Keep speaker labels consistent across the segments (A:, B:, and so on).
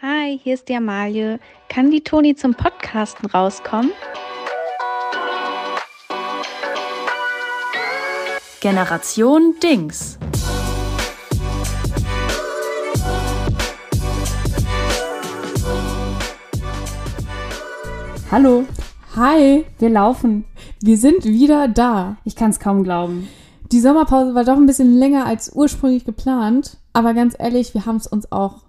A: Hi, hier ist die Amalie. Kann die Toni zum Podcasten rauskommen?
B: Generation Dings.
C: Hallo,
D: Hi,
C: wir laufen.
D: wir sind wieder da.
C: Ich kann es kaum glauben.
D: Die Sommerpause war doch ein bisschen länger als ursprünglich geplant, aber ganz ehrlich, wir haben es uns auch,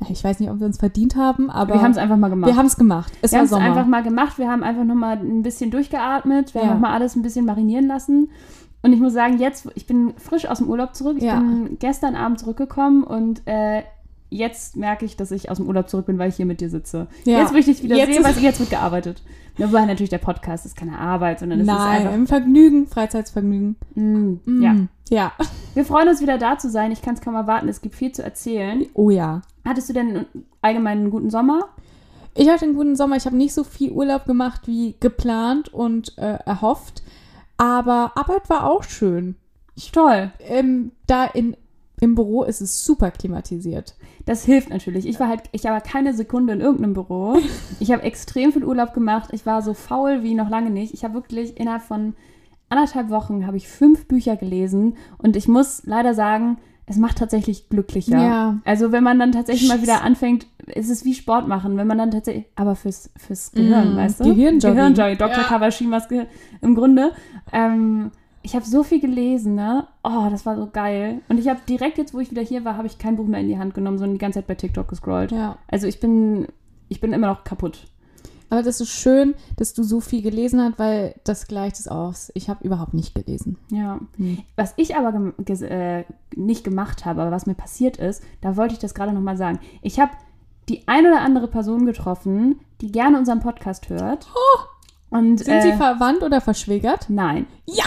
D: na, ich weiß nicht, ob wir uns verdient haben, aber
C: wir haben es einfach mal gemacht.
D: wir haben's gemacht. Es
C: Wir
D: war
C: haben's
D: Sommer.
C: einfach mal gemacht. Wir haben einfach nochmal ein bisschen durchgeatmet. Wir
D: Ja.
C: haben nochmal alles ein bisschen marinieren lassen. Und ich muss sagen, jetzt, ich bin frisch aus dem Urlaub zurück. Ich
D: Ja.
C: bin gestern Abend zurückgekommen und äh, jetzt merke ich, dass ich aus dem Urlaub zurück bin, weil ich hier mit dir sitze.
D: Ja.
C: Jetzt, wo ich dich wieder
D: Jetzt
C: sehe,
D: ist-
C: weiß ich, jetzt wird gearbeitet. Na, Wobei natürlich der Podcast ist keine Arbeit, sondern es
D: Nein,
C: ist einfach.
D: im Vergnügen, Freizeitsvergnügen.
C: Mm,
D: Mm,
C: Ja.
D: ja.
C: Wir freuen uns wieder da zu sein. Ich kann es kaum erwarten. Es gibt viel zu erzählen.
D: Oh ja.
C: Hattest du denn allgemein einen guten Sommer?
D: Ich hatte einen guten Sommer. Ich habe nicht so viel Urlaub gemacht wie geplant und äh, erhofft, aber Arbeit war auch schön.
C: Toll.
D: Ähm, da in, im Büro ist es super klimatisiert.
C: Das hilft natürlich. Ich war halt, ich war keine Sekunde in irgendeinem Büro. Ich habe extrem viel Urlaub gemacht. Ich war so faul wie noch lange nicht. Ich habe wirklich innerhalb von anderthalb Wochen habe ich fünf Bücher gelesen und ich muss leider sagen, es macht tatsächlich glücklicher.
D: Ja.
C: Also wenn man dann tatsächlich mal
D: Scheiße.
C: wieder anfängt, es ist wie Sport machen, wenn man dann tatsächlich, aber fürs, fürs Gehirn,
D: Mm,
C: weißt du?
D: Gehirnjogging.
C: Gehirnjogging. Dr.
D: Ja.
C: Kawashimas Gehirn, im Grunde. Ähm, ich habe so viel gelesen, ne? Oh, das war so geil. Und ich habe direkt jetzt, wo ich wieder hier war, habe ich kein Buch mehr in die Hand genommen, sondern die ganze Zeit bei TikTok gescrollt.
D: Ja.
C: Also ich bin, ich bin immer noch kaputt.
D: Aber das ist schön, dass du so viel gelesen hast, weil das gleicht es aus. Ich habe überhaupt nicht gelesen.
C: Ja.
D: Hm.
C: Was ich aber gem ges- äh, nicht gemacht habe, aber was mir passiert ist, da wollte ich das gerade nochmal sagen. Ich habe die ein oder andere Person getroffen, die gerne unseren Podcast hört. Und,
D: Oh, Sind
C: äh,
D: sie verwandt oder verschwägert?
C: Nein.
D: Ja!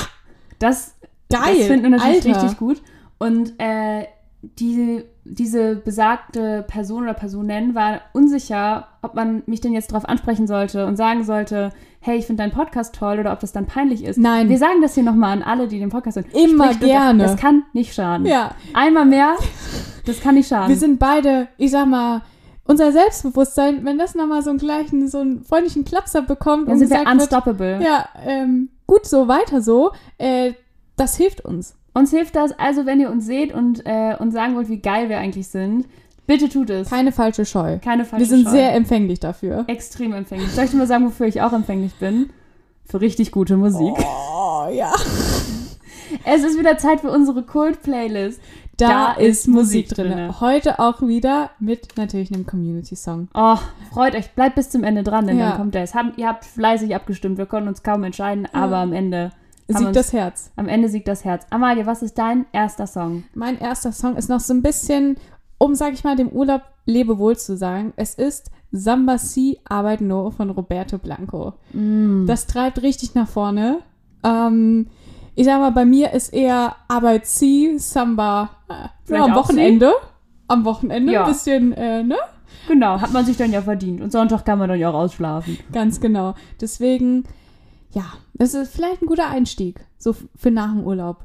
C: Das
D: Geil!
C: Das finden wir natürlich
D: Alter.
C: richtig gut. Und äh, die, diese besagte Person oder Personen war unsicher, ob man mich denn jetzt drauf ansprechen sollte und sagen sollte, hey, ich finde deinen Podcast toll oder ob das dann peinlich ist.
D: Nein.
C: Wir sagen das hier nochmal an alle, die den Podcast hören.
D: Immer
C: Sprecht uns
D: gerne.
C: An. Das kann nicht schaden.
D: Ja,
C: Einmal mehr, das kann nicht schaden.
D: wir sind beide, ich sag mal, unser Selbstbewusstsein, wenn das nochmal so einen gleichen, so einen freundlichen Klapser bekommt
C: dann sind wir
D: gesagt wird,
C: unstoppable.
D: ja, ähm, gut so, weiter so, äh, das hilft uns.
C: Uns hilft das, also wenn ihr uns seht und äh, uns sagen wollt, wie geil wir eigentlich sind, bitte tut es.
D: Keine falsche Scheu.
C: Keine falsche
D: wir sind
C: Scheu.
D: sehr empfänglich dafür.
C: extrem empfänglich. Soll ich dir mal sagen, wofür ich auch empfänglich bin? Für richtig gute Musik.
D: Oh, ja.
C: Es ist wieder Zeit für unsere Cold-Playlist.
D: Da, ist Musik drin.
C: drinne.
D: Heute auch wieder mit natürlich einem Community-Song.
C: Oh, freut euch. Bleibt bis zum Ende dran, denn
D: Ja.
C: dann kommt der. Es haben, ihr habt fleißig abgestimmt. Wir konnten uns kaum entscheiden, aber am Ende, haben
D: Siegt
C: uns-
D: das Herz.
C: am Ende siegt das Herz. Amalie, was ist dein erster Song?
D: Mein erster Song ist noch so ein bisschen, um, sag ich mal, dem Urlaub Lebewohl zu sagen. Es ist Samba Si Arbeit No von Roberto Blanco.
C: Mhm.
D: Das treibt richtig nach vorne. Ähm, ich sag mal, bei mir ist eher Arbeit Si, Samba äh,
C: Vielleicht
D: am
C: auch
D: Wochenende. Am Wochenende
C: Ja.
D: ein bisschen, äh, ne?
C: Genau, hat man sich dann ja verdient. Und Sonntag kann man dann ja auch ausschlafen.
D: Ganz genau. Deswegen, ja, das ist vielleicht ein guter Einstieg, so f- für nach dem Urlaub.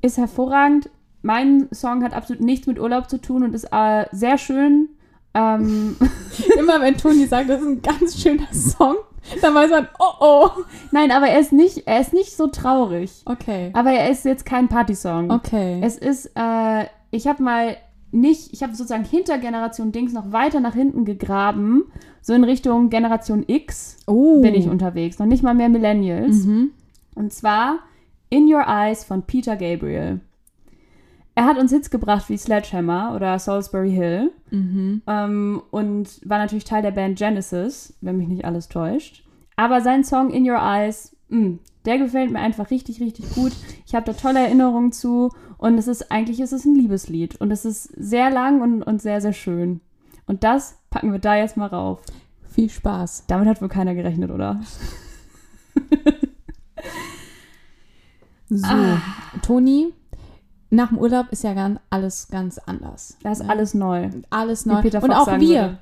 C: Ist hervorragend. Mein Song hat absolut nichts mit Urlaub zu tun und ist äh, sehr schön. Ähm,
D: Immer wenn Toni sagt, das ist ein ganz schöner Song, dann weiß man, oh oh.
C: Nein, aber er ist nicht, er ist nicht so traurig.
D: Okay.
C: Aber er ist jetzt kein Partysong.
D: Okay.
C: Es ist, äh, ich habe mal nicht, ich habe sozusagen hinter Generation Dings noch weiter nach hinten gegraben, so in Richtung Generation X
D: oh.
C: bin ich unterwegs, noch nicht mal mehr Millennials.
D: Mhm.
C: Und zwar In Your Eyes von Peter Gabriel. Er hat uns Hits gebracht wie Sledgehammer oder Salisbury Hill.
D: Mhm.
C: Ähm, und war natürlich Teil der Band Genesis, wenn mich nicht alles täuscht. Aber sein Song In Your Eyes, mh, der gefällt mir einfach richtig, richtig gut. Ich habe da tolle Erinnerungen zu und es ist eigentlich ist es ein Liebeslied und es ist sehr lang und, und sehr, sehr schön. Und das packen wir da jetzt mal rauf.
D: Viel Spaß.
C: Damit hat wohl keiner gerechnet, oder?
D: So,
C: Ah.
D: Toni, nach dem Urlaub ist ja ganz, alles ganz anders. Ne?
C: Da ist alles neu.
D: Alles
C: Wie
D: neu.
C: Peter
D: Und
C: Fox
D: auch
C: sagen
D: wir.
C: würde.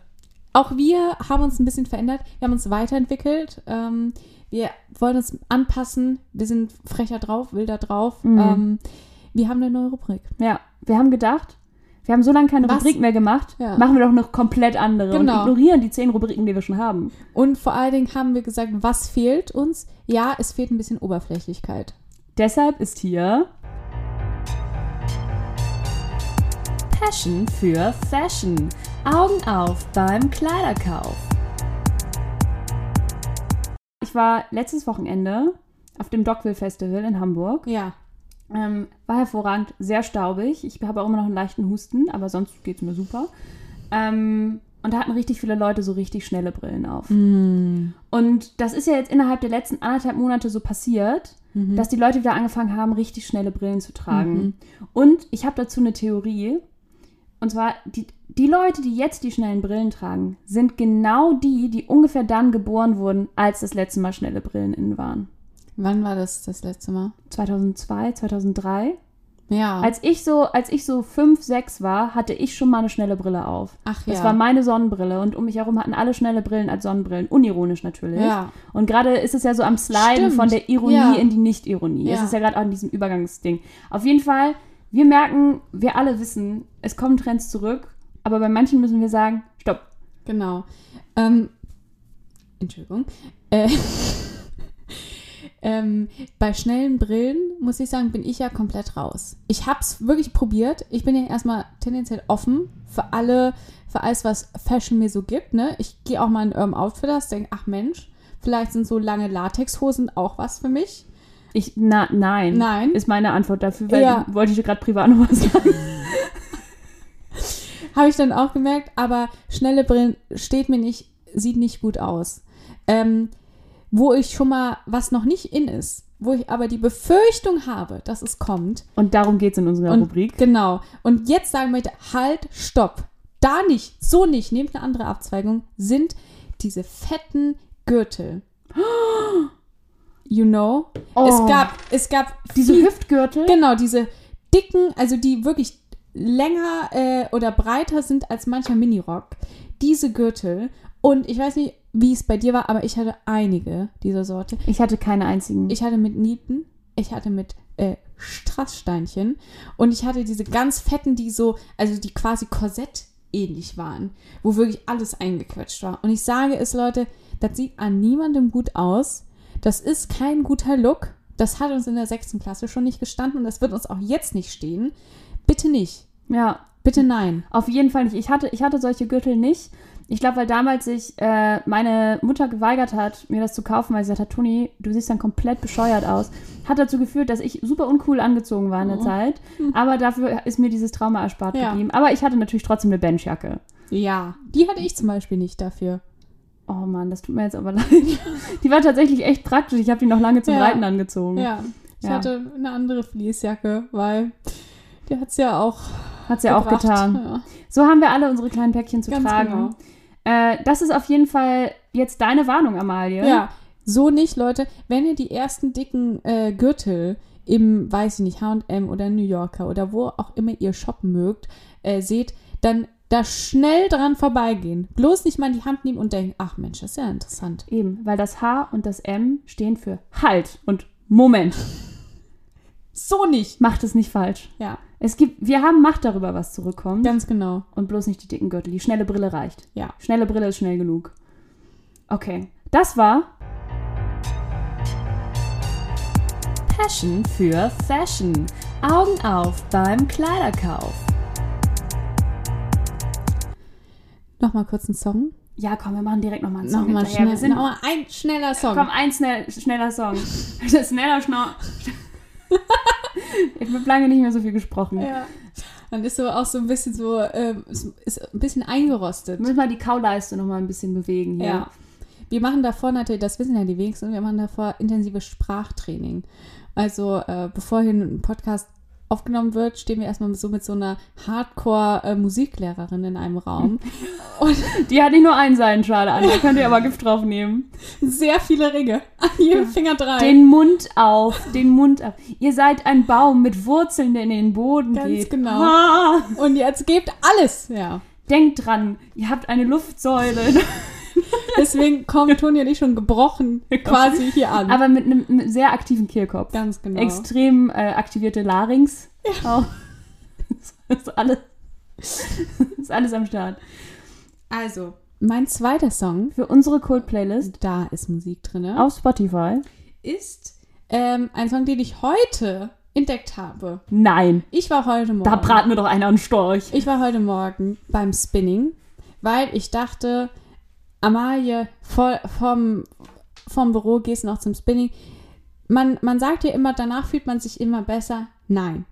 D: Auch wir haben uns ein bisschen verändert. Wir haben uns weiterentwickelt. Ähm, wir wollen uns anpassen. Wir sind frecher drauf, wilder drauf.
C: Mhm.
D: Ähm, wir haben eine neue Rubrik.
C: Ja, wir haben gedacht, Wir haben so lange keine
D: Was?
C: Rubrik mehr gemacht.
D: Ja.
C: Machen wir doch noch komplett andere
D: Genau.
C: und ignorieren die zehn Rubriken, die wir schon haben.
D: Und vor allen Dingen haben wir gesagt, was fehlt uns? Ja, es fehlt ein bisschen Oberflächlichkeit.
C: Deshalb ist hier Passion für Fashion. Augen auf beim Kleiderkauf. Ich war letztes Wochenende auf dem Dockville Festival in Hamburg.
D: Ja.
C: Ähm, war hervorragend, sehr staubig. Ich habe auch immer noch einen leichten Husten, aber sonst geht es mir super. Ähm, und da hatten richtig viele Leute so richtig schnelle Brillen auf.
D: Hm.
C: Und das ist ja jetzt innerhalb der letzten anderthalb Monate so passiert,
D: Mhm.
C: dass die Leute wieder angefangen haben, richtig schnelle Brillen zu tragen. Und ich habe dazu eine Theorie. Und zwar, die, die Leute, die jetzt die schnellen Brillen tragen, sind genau die, die ungefähr dann geboren wurden, als das letzte Mal schnelle Brillen innen waren.
D: Wann war das das letzte Mal?
C: 2002, 2003.
D: Ja.
C: Als ich so, als ich so fünf, sechs war, hatte ich schon mal eine schnelle Brille auf.
D: Ach
C: Das
D: ja.
C: war meine Sonnenbrille und um mich herum hatten alle schnelle Brillen als Sonnenbrillen, unironisch natürlich.
D: Ja.
C: Und gerade ist es ja so am Sliden
D: Stimmt.
C: von der Ironie
D: Ja.
C: in die Nicht-Ironie.
D: Ja.
C: Es ist ja gerade auch in diesem Übergangsding. Auf jeden Fall, wir merken, wir alle wissen, es kommen Trends zurück, aber bei manchen müssen wir sagen, stopp.
D: Genau. Ähm, Entschuldigung. Äh, ähm, bei schnellen Brillen, muss ich sagen, bin ich ja komplett raus. Ich habe es wirklich probiert. Ich bin ja erstmal tendenziell offen für alle, für alles, was Fashion mir so gibt. Ne? Ich gehe auch mal in Urban Outfitters, denke, ach Mensch, vielleicht sind so lange Latexhosen auch was für mich.
C: Ich, na, nein.
D: Nein.
C: Ist meine Antwort dafür, weil
D: Ja.
C: wollte ich dir gerade privat noch was sagen.
D: Habe ich dann auch gemerkt, aber schnelle Brillen steht mir nicht, sieht nicht gut aus. Ähm, wo ich schon mal, was noch nicht in ist, wo ich aber die Befürchtung habe, dass es kommt.
C: Und darum geht es in unserer
D: und
C: Rubrik.
D: Genau. Und jetzt sagen möchte, halt, stopp. Da nicht, so nicht, nehmt eine andere Abzweigung, sind diese fetten Gürtel. You know?
C: Oh.
D: Es gab, es gab
C: Diese
D: viel-
C: Hüftgürtel.
D: Genau, diese dicken, also die wirklich länger äh, oder breiter sind als mancher Minirock. Diese Gürtel. Und ich weiß nicht, wie es bei dir war, aber ich hatte einige dieser Sorte.
C: Ich hatte keine einzigen.
D: Ich hatte mit Nieten, ich hatte mit äh, Strasssteinchen und ich hatte diese ganz fetten, die so, also die quasi Korsett ähnlich waren, wo wirklich alles eingequetscht war. Und ich sage es, Leute, das sieht an niemandem gut aus. Das ist kein guter Look. Das hat uns in der sechsten Klasse schon nicht gestanden und das wird uns auch jetzt nicht stehen. Bitte nicht.
C: ja.
D: Bitte nein.
C: Auf jeden Fall nicht. Ich hatte, ich hatte solche Gürtel nicht. Ich glaube, weil damals sich äh, meine Mutter geweigert hat, mir das zu kaufen, weil sie gesagt hat, Toni, du siehst dann komplett bescheuert aus. Hat dazu geführt, dass ich super uncool angezogen war in der Zeit. Aber dafür ist mir dieses Trauma erspart
D: Mhm. Ja.
C: geblieben. Aber ich hatte natürlich trotzdem eine Benchjacke.
D: Ja. Die hatte ich zum Beispiel nicht dafür.
C: Oh Mann, das tut mir jetzt aber leid. Die war tatsächlich echt praktisch. Ich habe die noch lange zum
D: Ja.
C: Reiten angezogen.
D: Ja. Ich
C: Ja.
D: hatte eine andere Fließjacke, weil die hat es ja auch
C: Hat sie auch
D: gebracht.
C: getan.
D: Ja.
C: So haben wir alle unsere kleinen Päckchen zu
D: Ganz
C: tragen.
D: genau.
C: Äh, das ist auf jeden Fall jetzt deine Warnung, Amalie.
D: Ja, so nicht, Leute. Wenn ihr die ersten dicken äh, Gürtel im, weiß ich nicht, HM oder New Yorker oder wo auch immer ihr shoppen mögt, äh, seht, dann da schnell dran vorbeigehen. Bloß nicht mal in die Hand nehmen und denken, ach Mensch, das ist ja interessant.
C: Eben, weil das H und das M stehen für Halt und Moment.
D: So nicht.
C: Macht es nicht falsch.
D: Ja,
C: Es gibt, wir haben Macht darüber, was zurückkommt.
D: ganz genau.
C: Und bloß nicht die dicken Gürtel. Die schnelle Brille reicht.
D: Ja.
C: Schnelle Brille ist schnell genug. Okay. Das war Passion für Fashion. Augen auf beim Kleiderkauf.
D: Nochmal kurz einen Song.
C: Ja, komm, wir machen direkt nochmal einen Song.
D: Nochmal
C: hinterher.
D: schnell.
C: Wir sind,
D: Nochmal ein schneller Song.
C: komm, ein schnell, schneller Song. schneller, schneller. ich habe lange nicht mehr so viel gesprochen.
D: Ja. Dann ist so auch so ein bisschen so, ähm, ist, ist ein bisschen eingerostet.
C: Müssen wir die Kauleiste noch mal ein bisschen bewegen hier.
D: Ja. Wir machen davor natürlich, das wissen ja die wenigsten, wir machen davor intensives Sprachtraining. Also äh, bevor hier ein Podcast aufgenommen wird, stehen wir erstmal so mit so einer Hardcore-Musiklehrerin in einem Raum und
C: Die hat nicht nur einen Seidenschal an, da könnt ihr aber Gift drauf nehmen.
D: sehr viele Ringe. An jedem Finger drei.
C: Den Mund auf, den Mund auf. Ihr seid ein Baum mit Wurzeln, der in den Boden
D: Ganz
C: geht.
D: genau.
C: Ah,
D: und jetzt gebt alles. Ja.
C: denkt dran, ihr habt eine Luftsäule,
D: Deswegen kommen Toni und ich schon gebrochen quasi hier an.
C: aber mit einem mit einem sehr aktiven Kehlkopf.
D: Ganz genau.
C: Extrem äh, aktivierte Larynx. Auch. Das ist alles. Ist alles am Start.
D: Also, mein zweiter Song,
C: Für unsere Cold-Playlist
D: da ist Musik drin,
C: auf Spotify.
D: ist ähm, ein Song, den ich heute entdeckt habe.
C: Nein.
D: Ich war heute Morgen.
C: Da braten wir doch einer einen Storch.
D: Ich war heute Morgen beim Spinning, weil ich dachte, Amalie, voll, vom, vom Büro gehst noch zum Spinning. Man, man sagt ja immer, danach fühlt man sich immer besser. Nein.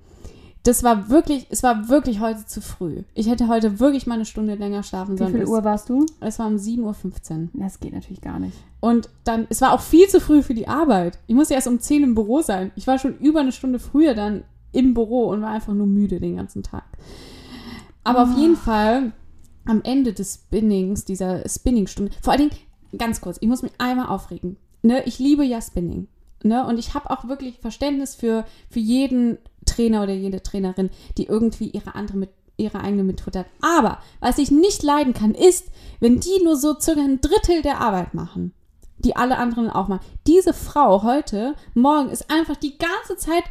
D: Das war wirklich, es war wirklich heute zu früh. Ich hätte heute wirklich mal eine Stunde länger schlafen
C: Wie
D: sollen.
C: viel Uhr warst du?
D: Es, es war um 7.15 Uhr.
C: Das geht natürlich gar nicht.
D: Und dann, es war auch viel zu früh für die Arbeit. Ich musste erst um 10 im Büro sein. Ich war schon über eine Stunde früher dann im Büro und war einfach nur müde den ganzen Tag. Aber auf jeden Fall am Ende des Spinnings, dieser Spinningstunde, vor allen Dingen, ganz kurz, ich muss mich einmal aufregen. Ne, ich liebe ja Spinning. Ne, und ich habe auch wirklich Verständnis für, für jeden Trainer oder jede Trainerin, die irgendwie ihre andere mit ihre eigene Methode hat. Aber was ich nicht leiden kann, ist, wenn die nur so circa ein Drittel der Arbeit machen die alle anderen auch mal. Diese Frau heute, morgen, ist einfach die ganze Zeit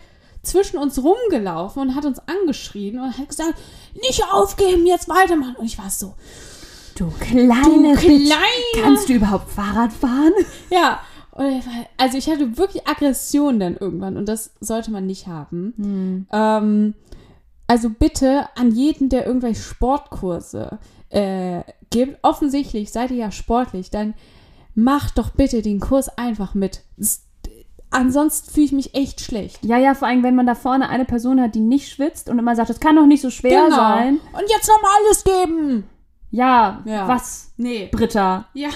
D: zwischen uns rumgelaufen und hat uns angeschrien und hat gesagt, nicht aufgeben, jetzt weitermachen. Und ich war so,
C: Du kleine,
D: Du
C: Bitch.
D: kleine-
C: Kannst du überhaupt Fahrrad fahren?
D: ja. Und ich war, also ich hatte wirklich Aggression dann irgendwann und das sollte man nicht haben. Ähm, also bitte an jeden, der irgendwelche Sportkurse äh, gibt, offensichtlich seid ihr ja sportlich, dann macht doch bitte den Kurs einfach mit. Das, ansonsten fühle ich mich echt schlecht.
C: Ja, ja, vor allem, wenn man da vorne eine Person hat, die nicht schwitzt und immer sagt, das kann doch nicht so schwer sein.
D: Genau. Und jetzt nochmal alles geben.
C: Ja,
D: Ja.
C: was,
D: Nee.
C: Britta?
D: Ja.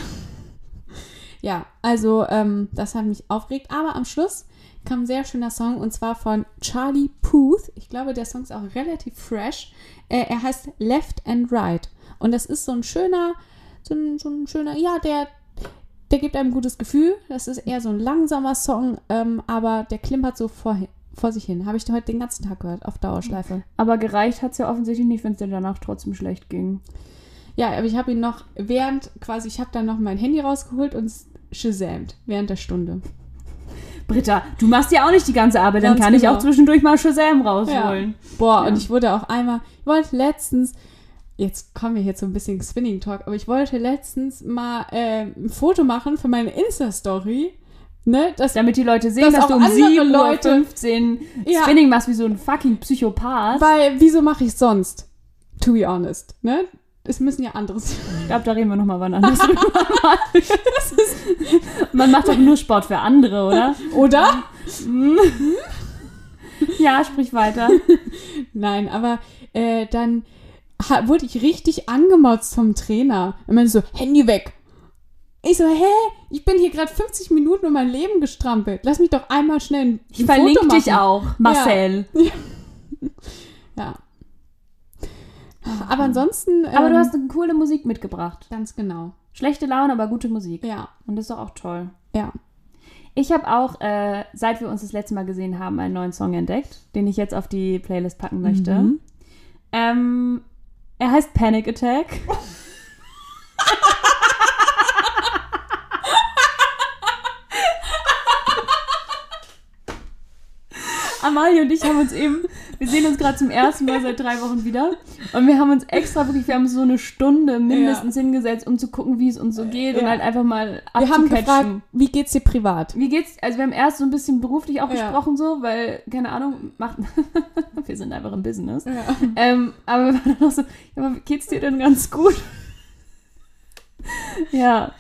D: Ja, also ähm, das hat mich aufgeregt. Aber am Schluss kam ein sehr schöner Song und zwar von Charlie Puth. Ich glaube, der Song ist auch relativ fresh. Äh, er heißt Left and Right. Und das ist so ein schöner, so ein, so ein schöner, ja, der, der gibt einem gutes Gefühl. Das ist eher so ein langsamer Song, ähm, aber der klimpert so vor, vor sich hin. Habe ich heute den ganzen Tag gehört, auf Dauerschleife.
C: Aber gereicht hat's ja offensichtlich nicht, wenn es dir danach trotzdem schlecht ging.
D: Ja, aber ich habe ihn noch während quasi, ich habe dann noch mein Handy rausgeholt und es shazamt während der Stunde.
C: Britta, du machst ja auch nicht die ganze Arbeit, dann
D: Ganz
C: kann ich
D: genau.
C: auch zwischendurch mal Shazam rausholen.
D: Boah,
C: Ja.
D: und ich wurde auch einmal, ich wollte letztens, jetzt kommen wir hier zu ein bisschen Spinning Talk, aber ich wollte letztens mal äh, ein Foto machen für meine Insta-Story. Ne, das,
C: Damit die Leute sehen,
D: Dass
C: dass, du
D: auch
C: um
D: andere
C: 7 Uhr
D: Leute-
C: 15
D: Ja.
C: Spinning machst wie so ein fucking Psychopath.
D: weil, wieso mache ich sonst? To be honest, ne? Es müssen ja anderes.
C: Ich glaube, da reden wir nochmal wann anders drüber. Man macht doch nur Sport für andere, oder?
D: Oder? Mhm.
C: Ja, sprich weiter.
D: Nein, aber äh, dann ha- wurde ich richtig angemotzt vom Trainer. Er meinte so, Handy weg. Ich so, hä? Ich bin hier gerade 50 Minuten um mein Leben gestrampelt. Lass mich doch einmal schnell ein
C: Ich verlinke
D: Foto machen.
C: dich auch, Marcel.
D: Ja. Ah. Aber ansonsten...
C: Aber du
D: ähm,
C: hast eine coole Musik mitgebracht.
D: Ganz genau.
C: Schlechte Laune, aber gute Musik.
D: Ja,
C: Und das ist doch auch toll.
D: ja.
C: Ich habe auch, äh, seit wir uns das letzte Mal gesehen haben, einen neuen Song entdeckt, den ich jetzt auf die Playlist packen möchte.
D: Mhm.
C: Ähm, er heißt Panic Attack. Amalie und ich haben uns eben, wir sehen uns gerade zum ersten Mal seit drei Wochen wieder und wir haben uns extra wirklich, wir haben so eine Stunde mindestens hingesetzt, um zu gucken, wie es uns so geht und
D: Ja.
C: halt einfach mal
D: Wir haben gefragt,
C: abzucatchen.
D: wie geht's dir privat?
C: Wie geht's? Also wir haben erst so ein bisschen beruflich auch
D: Ja.
C: gesprochen so, weil keine Ahnung macht. wir sind einfach im Business.
D: Ja.
C: Ähm, aber wir waren dann auch so, ja, aber geht's dir denn ganz gut? ja.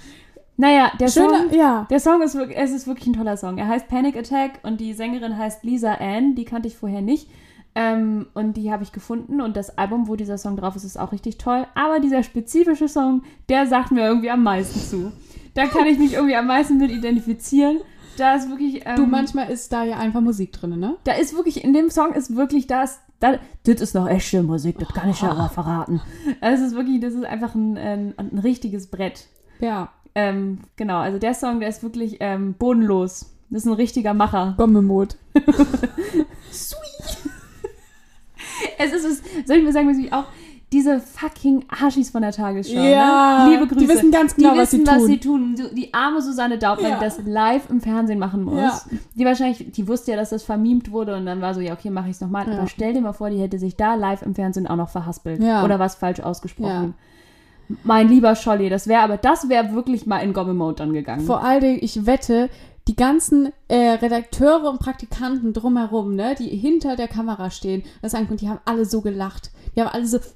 C: Naja, der
D: Schöner,
C: Song,
D: ja.
C: der Song ist wirklich, es ist wirklich ein toller Song. Er heißt Panic Attack und die Sängerin heißt Lisa Ann, die kannte ich vorher nicht. Ähm, und die habe ich gefunden und das Album, wo dieser Song drauf ist, ist auch richtig toll. Aber dieser spezifische Song, der sagt mir irgendwie am meisten zu. Da kann ich mich irgendwie am meisten mit identifizieren. Da ist wirklich. Ähm,
D: Du, manchmal ist da ja einfach Musik drin, ne?
C: da ist wirklich, in dem Song ist wirklich das, da, das ist noch echte Musik, das kann ich ja aber verraten. Es ist wirklich, das ist einfach ein, ein, ein richtiges Brett.
D: Ja.
C: Ähm, genau, also der Song, der ist wirklich ähm, bodenlos. Das ist ein richtiger Macher.
D: Gommemut.
C: Es ist, es- soll ich mal sagen, was ich auch, diese fucking Arschis von der Tagesschau.
D: Ja,
C: ne? liebe Grüße.
D: die wissen ganz genau,
C: die
D: was sie
C: wissen,
D: tun.
C: So, Die arme Susanne Daubmann,
D: Ja.
C: die das live im Fernsehen machen muss.
D: Ja.
C: Die wahrscheinlich, die wusste ja, dass das vermiemt wurde und dann war so, ja, okay, mache ich es nochmal.
D: Ja.
C: Aber stell dir mal vor, die hätte sich da live im Fernsehen auch noch verhaspelt
D: Ja.
C: oder was falsch ausgesprochen. Mein lieber Scholli, das wäre aber, das wäre wirklich mal in Gommel-Mode dann gegangen.
D: Vor allen Dingen, ich wette, die ganzen äh, Redakteure und Praktikanten drumherum, ne, die hinter der Kamera stehen, das ankommt, die haben alle so gelacht. Die haben alle so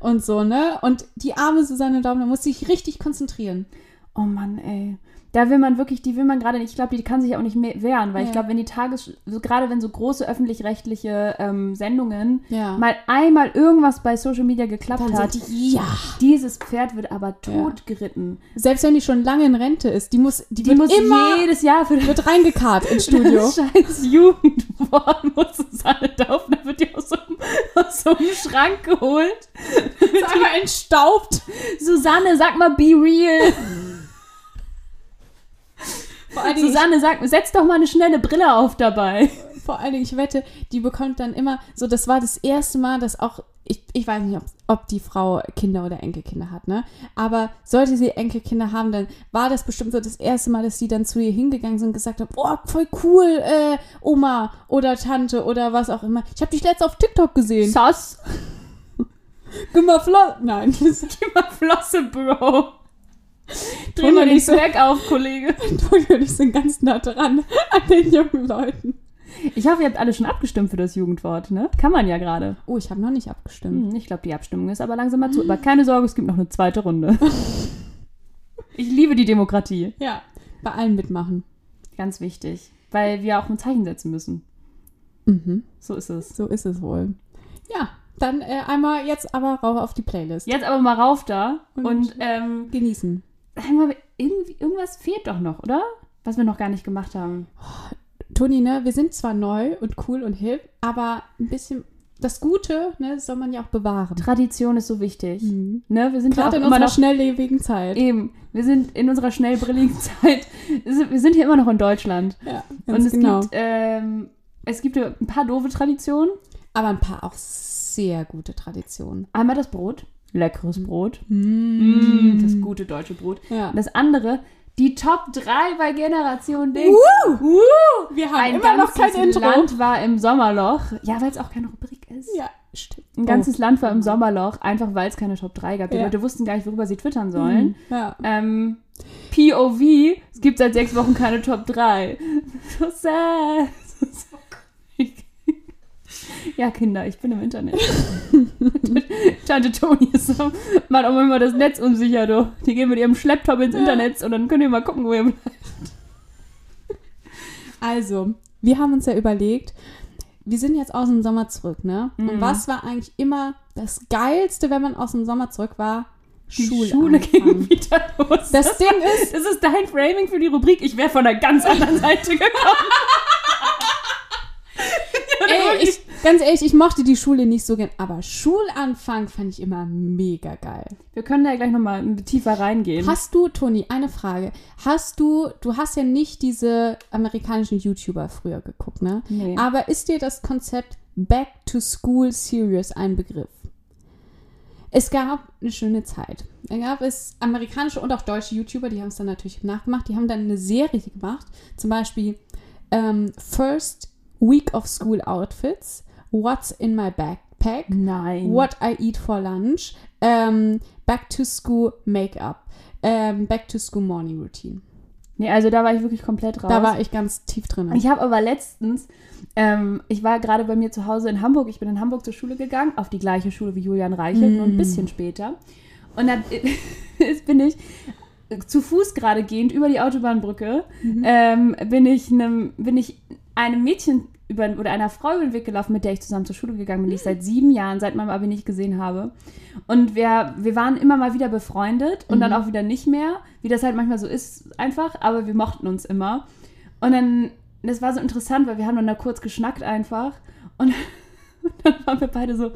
D: und so, ne? Und die arme Susanne Daum, da muss sich richtig konzentrieren.
C: Oh Mann, ey. Da will man wirklich, die will man gerade nicht. Ich glaube, die kann sich auch nicht mehr wehren, weil
D: Ja.
C: ich glaube, wenn die Tages, so gerade wenn so große öffentlich-rechtliche ähm, Sendungen
D: Ja.
C: mal einmal irgendwas bei Social Media geklappt
D: Dann
C: hat,
D: sind die, ja.
C: dieses Pferd wird aber tot geritten.
D: Selbst wenn die schon lange in Rente ist, die muss, die,
C: Die
D: wird
C: muss
D: immer
C: jedes Jahr für
D: wird reingekarrt ins Studio.
C: das scheiß Jugendwort muss Susanne Daufner wird die aus so, einem- aus so einem Schrank geholt.
D: Ist einmal entstaubt.
C: Susanne, sag mal, be real.
D: Vor allen Dingen,
C: Susanne, sag, setz doch mal eine schnelle Brille auf dabei.
D: Vor allen Dingen, ich wette, die bekommt dann immer, so das war das erste Mal, dass auch, ich, ich weiß nicht, ob, ob die Frau Kinder oder Enkelkinder hat, ne? Aber sollte sie Enkelkinder haben, dann war das bestimmt so das erste Mal, dass die dann zu ihr hingegangen sind und gesagt haben, oh, voll cool, äh, Oma oder Tante oder was auch immer. Ich habe dich letztens auf TikTok gesehen.
C: Sass.
D: Gib mal Flo Nein,
C: Immer Flosse, Bro. Dreh
D: Tun wir
C: mal den
D: nicht so.
C: Swag auf, Kollege.
D: Antonio und ich sind ganz nah dran an den jungen Leuten.
C: Ich hoffe, ihr habt alle schon abgestimmt für das Jugendwort, ne? Kann man ja gerade.
D: Oh, ich habe noch nicht abgestimmt.
C: Hm, ich glaube, die Abstimmung ist aber langsam mal zu. Aber keine Sorge, es gibt noch eine zweite Runde. Ich liebe die Demokratie.
D: Ja, bei allen mitmachen.
C: Ganz wichtig. Weil wir auch ein Zeichen setzen müssen.
D: Mhm.
C: So ist es.
D: So ist es wohl. Ja, dann äh, einmal jetzt aber rauf auf die Playlist.
C: Jetzt aber mal rauf da.
D: Und-
C: Und, ähm,
D: Genießen.
C: sag mal, irgendwie, irgendwas fehlt doch noch, oder? Was wir noch gar nicht gemacht haben.
D: Toni, ne, wir sind zwar neu und cool und hip, aber ein bisschen das Gute, ne, das soll man ja auch bewahren.
C: Tradition ist so wichtig.
D: Mhm.
C: Ne? Wir sind ja auch
D: Gerade in
C: immer
D: unserer
C: noch
D: schnelllebigen Zeit.
C: Eben, wir sind in unserer schnellbrilligen Zeit, wir sind hier immer noch in Deutschland.
D: Ja,
C: Und es,
D: genau.
C: gibt, ähm, es gibt ein paar doofe Traditionen.
D: aber ein paar auch sehr gute Traditionen.
C: Einmal das Brot,
D: Mhm.
C: leckeres Brot, Mm, das gute deutsche Brot.
D: Hm. Ja.
C: Und das andere, die Top 3 bei Generation D.
D: Woo! Wir haben
C: Ein
D: Uh, immer noch
C: ganzes
D: kein Intro.
C: Land war im Sommerloch. Ja, weil es auch keine Rubrik ist.
D: Ja, stimmt.
C: Ein ganzes Land war im Sommerloch, einfach weil es keine Top 3 gab. Die
D: Ja.
C: Leute wussten gar nicht, worüber sie twittern sollen.
D: Oh. Mhm. Ja.
C: Ähm, POV, es gibt seit sechs Wochen keine Top 3. So sad. Ja, Kinder, ich bin im Internet. Tante Toni ist so, macht auch immer das Netz unsicher, du. Die gehen mit ihrem Schlepptop ins
D: Ja.
C: Internet und dann könnt ihr mal gucken, wo ihr bleibt.
D: Also, wir haben uns ja überlegt, wir sind jetzt aus dem Sommer zurück, ne?
C: Mhm.
D: Und was war eigentlich immer das Geilste, wenn man aus dem Sommer zurück war?
C: Die
D: Schule.
C: Schule
D: anfangen.
C: ging wieder los.
D: das Ding ist,
C: das ist dein Framing für die Rubrik. Ich wäre von einer ganz anderen Seite gekommen.
D: ey, ich, ganz ehrlich, ich mochte die Schule nicht so gern, aber Schulanfang fand ich immer mega geil.
C: Wir können da gleich nochmal tiefer reingehen.
D: Hast du, Toni, eine Frage. Hast du, du hast ja nicht diese amerikanischen YouTuber früher geguckt, ne?
C: Nee.
D: Aber ist dir das Konzept Back to School Serious ein Begriff? Es gab eine schöne Zeit. Da gab es amerikanische und auch deutsche YouTuber, die haben es dann natürlich nachgemacht. Die haben dann eine Serie gemacht, zum Beispiel ähm, First Week of School Outfits, What's in My Backpack,
C: Nein.
D: What I Eat for Lunch, ähm, Back to School Make-up, ähm, Back to School Morning Routine.
C: Nee, also da war ich wirklich komplett raus.
D: Da war ich ganz tief drin.
C: ich habe aber letztens, ähm, ich war gerade bei mir zu Hause in Hamburg, ich bin in Hamburg zur Schule gegangen, auf die gleiche Schule wie Julian Reichelt, nur ein bisschen später. Und dann ist- bin ich äh, zu Fuß gerade gehend über die Autobahnbrücke, ähm, bin, ich einem, bin ich einem Mädchen über, oder einer Frau über den Weg gelaufen, mit der ich zusammen zur Schule gegangen bin, die ich seit sieben Jahren, seit meinem Abi nicht gesehen habe. Und wir, wir waren immer mal wieder befreundet und dann auch wieder nicht mehr, wie das halt manchmal so ist einfach, aber wir mochten uns immer. Und dann, das war so interessant, weil wir haben dann da kurz geschnackt einfach und dann waren wir beide so,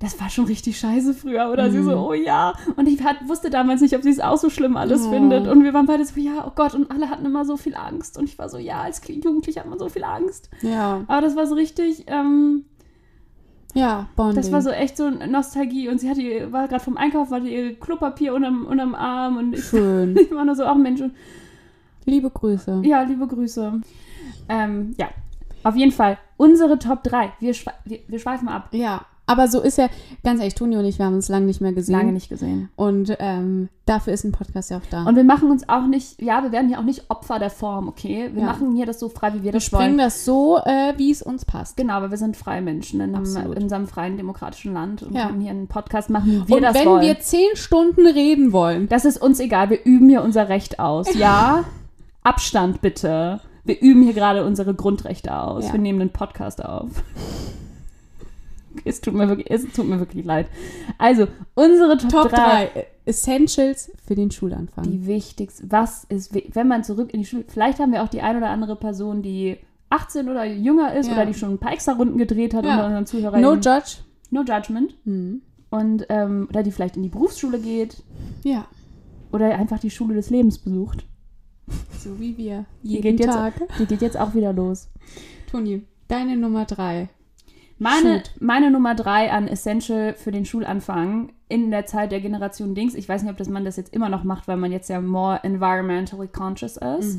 C: das war schon richtig scheiße früher, oder? Sie so, oh ja. Und ich hat, wusste damals nicht, ob sie es auch so schlimm alles
D: Oh.
C: findet. Und wir waren beide so, ja, oh Gott. Und alle hatten immer so viel Angst. Und ich war so, ja, als Jugendlicher hat man so viel Angst.
D: ja.
C: Aber das war so richtig, ähm,
D: Ja, Bonding.
C: Das war so echt so Nostalgie. Und sie hatte, ihr- war gerade vom Einkauf, hatte ihr Klopapier unterm, unterm Arm und ich,
D: schön.
C: ich war nur so, ach Mensch. Und,
D: Liebe Grüße.
C: ja, liebe Grüße. Ähm, ja, auf jeden Fall. Unsere Top 3. Wir, schwe wir, wir schweifen ab.
D: Ja, aber so ist ja, ganz ehrlich, Toni und ich, wir haben uns lange nicht mehr gesehen.
C: Lange nicht gesehen.
D: Und ähm, dafür ist ein Podcast ja auch da.
C: Und wir machen uns auch nicht, ja, wir werden hier auch nicht Opfer der Form, okay? Wir
D: Ja.
C: machen hier das so frei, wie wir
D: wir
C: das
D: springen
C: wollen.
D: das so, äh, wie es uns passt.
C: Genau, aber wir sind freie Menschen in einem,
D: Absolut.
C: in unserem freien demokratischen Land und
D: Ja.
C: können hier einen Podcast machen, wie Genau, wir
D: und
C: das
D: wenn
C: wollen.
D: wir zehn Stunden reden wollen,
C: das ist uns egal, wir üben hier unser Recht aus. Ja, Abstand bitte. Wir üben hier gerade unsere Grundrechte aus.
D: Ja.
C: Wir nehmen den Podcast auf. Es tut mir wirklich, es tut mir wirklich leid. Also, unsere Top,
D: Top
C: 3
D: 3 Essentials für den Schulanfang.
C: die wichtigste, was ist, wi- wenn man zurück in die Schule, vielleicht haben wir auch die ein oder andere Person, die 18 oder jünger ist
D: Ja.
C: oder die schon ein paar extra Runden gedreht hat
D: Ja.
C: unter unseren Zuhörern.
D: no judge.
C: no judgment.
D: Hm.
C: Und, ähm, oder die vielleicht in die Berufsschule geht
D: Ja,
C: oder einfach die Schule des Lebens besucht.
D: so wie wir.
C: Die
D: Jeden
C: geht
D: Tag.
C: Jetzt, die geht jetzt auch wieder los.
D: Toni, deine Nummer 3.
C: Meine,
D: Shoot.
C: meine Nummer drei an Essential für den Schulanfang in der Zeit der Generation Dings, ich weiß nicht, ob das man das jetzt immer noch macht, weil man jetzt ja more environmentally conscious ist.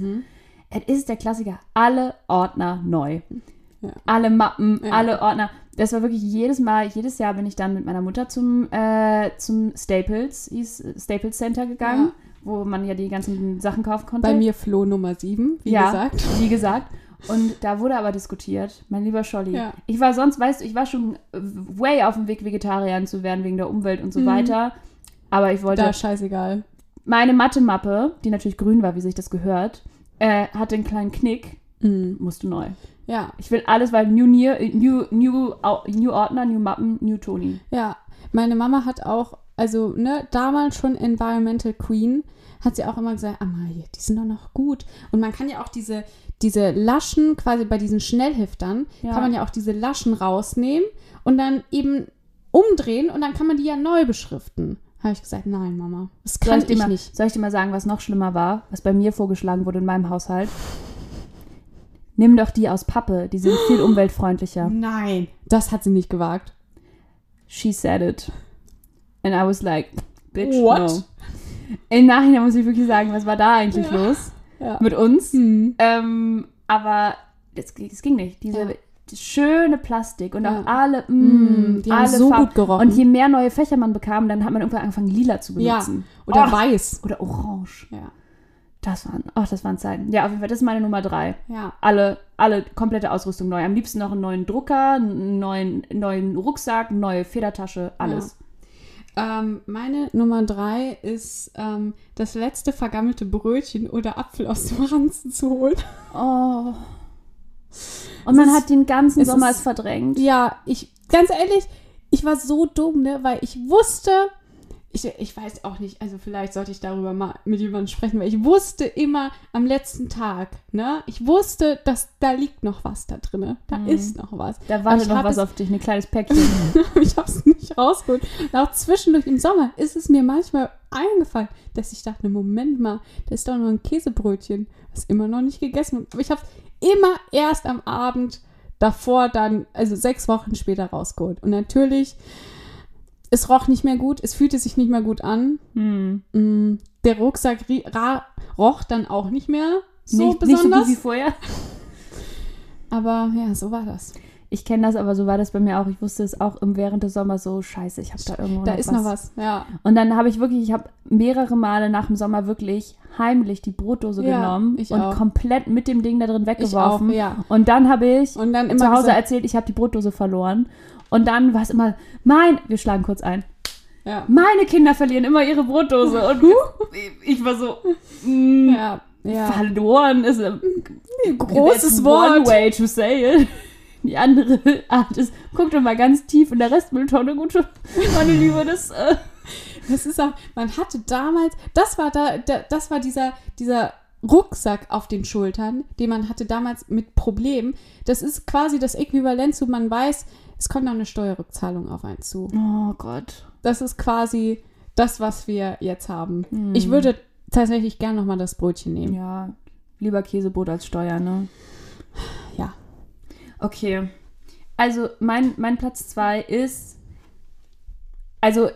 C: Es ist der Klassiker, alle Ordner neu.
D: Ja.
C: Alle Mappen,
D: Ja.
C: alle Ordner. Das war wirklich jedes Mal, jedes Jahr bin ich dann mit meiner Mutter zum, äh, zum Staples, hieß Staples Center gegangen,
D: Ja.
C: wo man ja die ganzen Sachen kaufen konnte.
D: Bei mir Flo Nummer 7, wie
C: Ja.
D: gesagt.
C: Wie gesagt. Und da wurde aber diskutiert, mein lieber Scholli.
D: Ja.
C: Ich war sonst, weißt du, ich war schon äh, way auf dem Weg, Vegetarier zu werden wegen der Umwelt und so
D: Mhm.
C: weiter. Aber ich wollte.
D: Da scheißegal.
C: Meine Mathe-Mappe, die natürlich grün war, wie sich das gehört, äh, hatte einen kleinen Knick,
D: Mhm.
C: musste neu.
D: Ja,
C: Ich will alles, weil New, Near, äh, new, new, Au- new Ordner, New Mappen, New Tony.
D: ja. Meine Mama hat auch, also ne, damals schon Environmental Queen, hat sie auch immer gesagt, Amalie, die sind doch noch gut. Und man kann ja auch diese, diese Laschen, quasi bei diesen Schnellhiftern,
C: Ja.
D: kann man ja auch diese Laschen rausnehmen und dann eben umdrehen und dann kann man die ja neu beschriften. Habe ich gesagt, nein, Mama, das kann
C: soll ich, dir
D: ich
C: mal,
D: nicht.
C: Soll ich dir mal sagen, was noch schlimmer war, was bei mir vorgeschlagen wurde in meinem Haushalt? Nimm doch die aus Pappe, die sind viel umweltfreundlicher.
D: Nein. Das hat sie nicht gewagt.
C: she said it. And I was like, bitch,
D: What?
C: no. Im Nachhinein muss ich wirklich sagen, was war da eigentlich
D: Ja.
C: los
D: Ja.
C: mit uns?
D: Hm.
C: Ähm, aber das, ging- das ging nicht. Diese
D: Ja.
C: die schöne Plastik und
D: Ja.
C: auch alle,
D: Mm,
C: mm,
D: die haben
C: alle
D: so
C: Farben.
D: gut gerochen.
C: Und je mehr neue Fächer man bekam, dann hat man irgendwann angefangen, lila zu
D: ja.
C: benutzen.
D: Oder
C: Oh.
D: weiß.
C: Oder orange.
D: Ja.
C: Das waren, oh, das waren Zeiten. Ja, auf jeden Fall, das ist meine Nummer drei.
D: Ja.
C: Alle, alle komplette Ausrüstung neu. Am liebsten noch einen neuen Drucker, einen neuen, neuen Rucksack, neue Federtasche, alles.
D: Ähm, meine Nummer drei ist, ähm, das letzte vergammelte Brötchen oder Apfel aus dem Ranzen zu holen.
C: Oh. Und man
D: ist-
C: hat den ganzen
D: es
C: Sommer
D: ist-
C: es verdrängt.
D: Ja, ich, ganz ehrlich, ich war so dumm, ne, weil ich wusste, ich, ich weiß auch nicht, also vielleicht sollte ich darüber mal mit jemandem sprechen, weil ich wusste immer am letzten Tag, ne, ich wusste, dass da liegt noch was da drinne, da ist noch was.
C: Da
D: Aber
C: wartet
D: ich
C: noch
D: hab
C: was
D: es-
C: auf dich, ein kleines Päckchen.
D: ich hab's nicht rausgeholt. Und auch zwischendurch im Sommer ist es mir manchmal eingefallen, dass ich dachte, Moment mal, da ist doch noch ein Käsebrötchen, was immer noch nicht gegessen wird. Aber ich hab's immer erst am Abend davor dann, also sechs Wochen später rausgeholt. Und natürlich, es roch nicht mehr gut, es fühlte sich nicht mehr gut an.
C: hm.
D: Mm, Der Rucksack rie- ra- roch dann auch nicht mehr so
C: nicht, nicht so
D: besonders.
C: gut wie vorher.
D: aber ja, so war das.
C: Ich kenne das, aber so war das bei mir auch. Ich wusste es auch im, während des Sommers so, scheiße, ich habe da irgendwo
D: Da
C: noch
D: ist
C: was.
D: noch was, ja.
C: Und dann habe ich wirklich, ich habe mehrere Male nach dem Sommer wirklich heimlich die Brotdose
D: Ja,
C: genommen
D: ich
C: und
D: auch.
C: komplett mit dem Ding da drin weggeworfen.
D: Ich auch, ja.
C: Und dann habe ich
D: Und dann immer
C: zu Hause
D: gesagt-
C: erzählt, ich habe die Brotdose verloren. Und dann war es immer, mein, wir schlagen kurz ein,
D: Ja,
C: meine Kinder verlieren immer ihre Brotdose. Und ich war so, mm,
D: ja, ja.
C: verloren ist ein
D: Großes
C: that's
D: Wort.
C: One way to say it. Die andere Art ist, guck doch mal ganz tief in der Restmülltonne, gute, meine Liebe, das, äh,
D: Das ist auch, man hatte damals, das war da, da das war dieser, dieser Rucksack auf den Schultern, den man hatte damals mit Problemen. Das ist quasi das Äquivalent zu, man weiß, es kommt noch eine Steuerrückzahlung auf einen zu.
C: oh Gott.
D: Das ist quasi das, was wir jetzt haben. Ich würde tatsächlich gern nochmal das Brötchen nehmen.
C: Hm. Ja, lieber Käsebrot als Steuer, ne?
D: Ja.
C: Okay. also mein, mein Platz zwei ist, also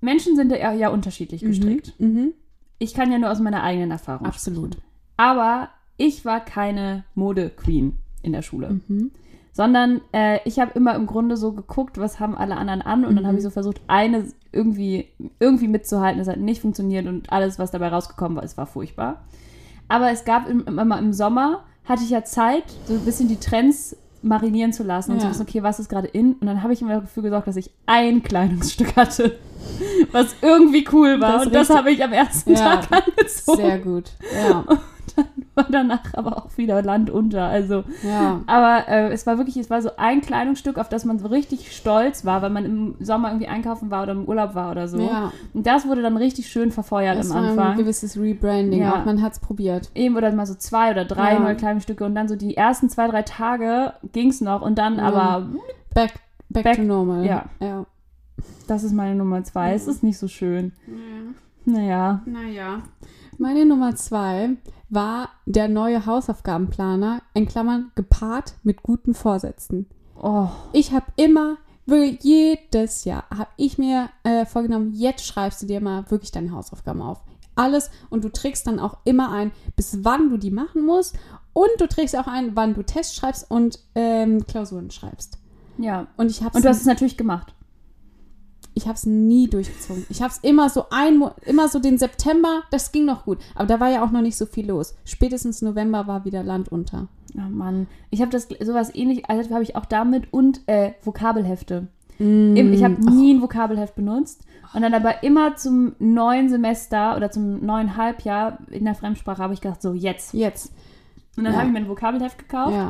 C: Menschen sind ja, ja unterschiedlich gestrickt.
D: Mhm.
C: Ich kann ja nur aus meiner eigenen Erfahrung
D: Absolut.
C: Aber ich war keine Mode-Queen in der Schule.
D: Mhm.
C: Sondern äh, ich habe immer im Grunde so geguckt, was haben alle anderen an. Und dann habe ich
D: Mhm.
C: so versucht, eine irgendwie, irgendwie mitzuhalten. Das hat nicht funktioniert und alles, was dabei rausgekommen war, es war furchtbar. Aber es gab im, im, immer im Sommer, hatte ich ja Zeit, so ein bisschen die Trends marinieren zu lassen. Und zu
D: Ja.
C: wissen, okay, was ist gerade in? Und dann habe ich immer dafür gesorgt, dass ich ein Kleidungsstück hatte, was irgendwie cool war.
D: Das
C: und das
D: richtig-
C: habe ich am ersten
D: Ja.
C: Tag angezogen
D: Sehr gut. Ja.
C: war danach aber auch wieder Land unter. Also,
D: ja.
C: aber äh, es war wirklich, es war so ein Kleidungsstück, auf das man so richtig stolz war, weil man im Sommer irgendwie einkaufen war oder im Urlaub war oder so.
D: Ja,
C: Und das wurde dann richtig schön verfeuert
D: es
C: am
D: war ein
C: Anfang.
D: gewisses Rebranding.
C: Ja.
D: Auch man hat es probiert.
C: Eben oder mal so zwei oder drei
D: Ja.
C: neue Kleidungsstücke und dann so die ersten zwei, drei Tage ging's noch und dann
D: Ja.
C: aber,
D: Back, back,
C: Back-
D: to normal.
C: ja.
D: ja.
C: das ist meine Nummer zwei. Es ist nicht so schön.
D: Naja.
C: Naja.
D: Naja. Meine Nummer zwei war der neue Hausaufgabenplaner, in Klammern gepaart mit guten Vorsätzen.
C: Oh,
D: Ich habe immer, wirklich jedes Jahr, habe ich mir äh, vorgenommen, jetzt schreibst du dir mal wirklich deine Hausaufgaben auf. Alles und du trägst dann auch immer ein, bis wann du die machen musst. Und du trägst auch ein, wann du Tests schreibst und ähm, Klausuren schreibst.
C: ja.
D: Und ich habe
C: Und du hast es natürlich gemacht.
D: ich habe es nie durchgezogen. Ich habe es immer so ein, Mo- immer so den September, das ging noch gut. Aber da war ja auch noch nicht so viel los. Spätestens November war wieder Land unter.
C: Oh Mann. Ich habe das sowas ähnlich, also habe ich auch damit und äh, Vokabelhefte.
D: Mm.
C: Im- Ich habe nie ein Vokabelheft benutzt und dann aber immer zum neuen Semester oder zum neuen Halbjahr in der Fremdsprache habe ich gedacht, so jetzt.
D: Jetzt.
C: Und dann
D: Ja.
C: habe ich mir ein Vokabelheft gekauft
D: Ja,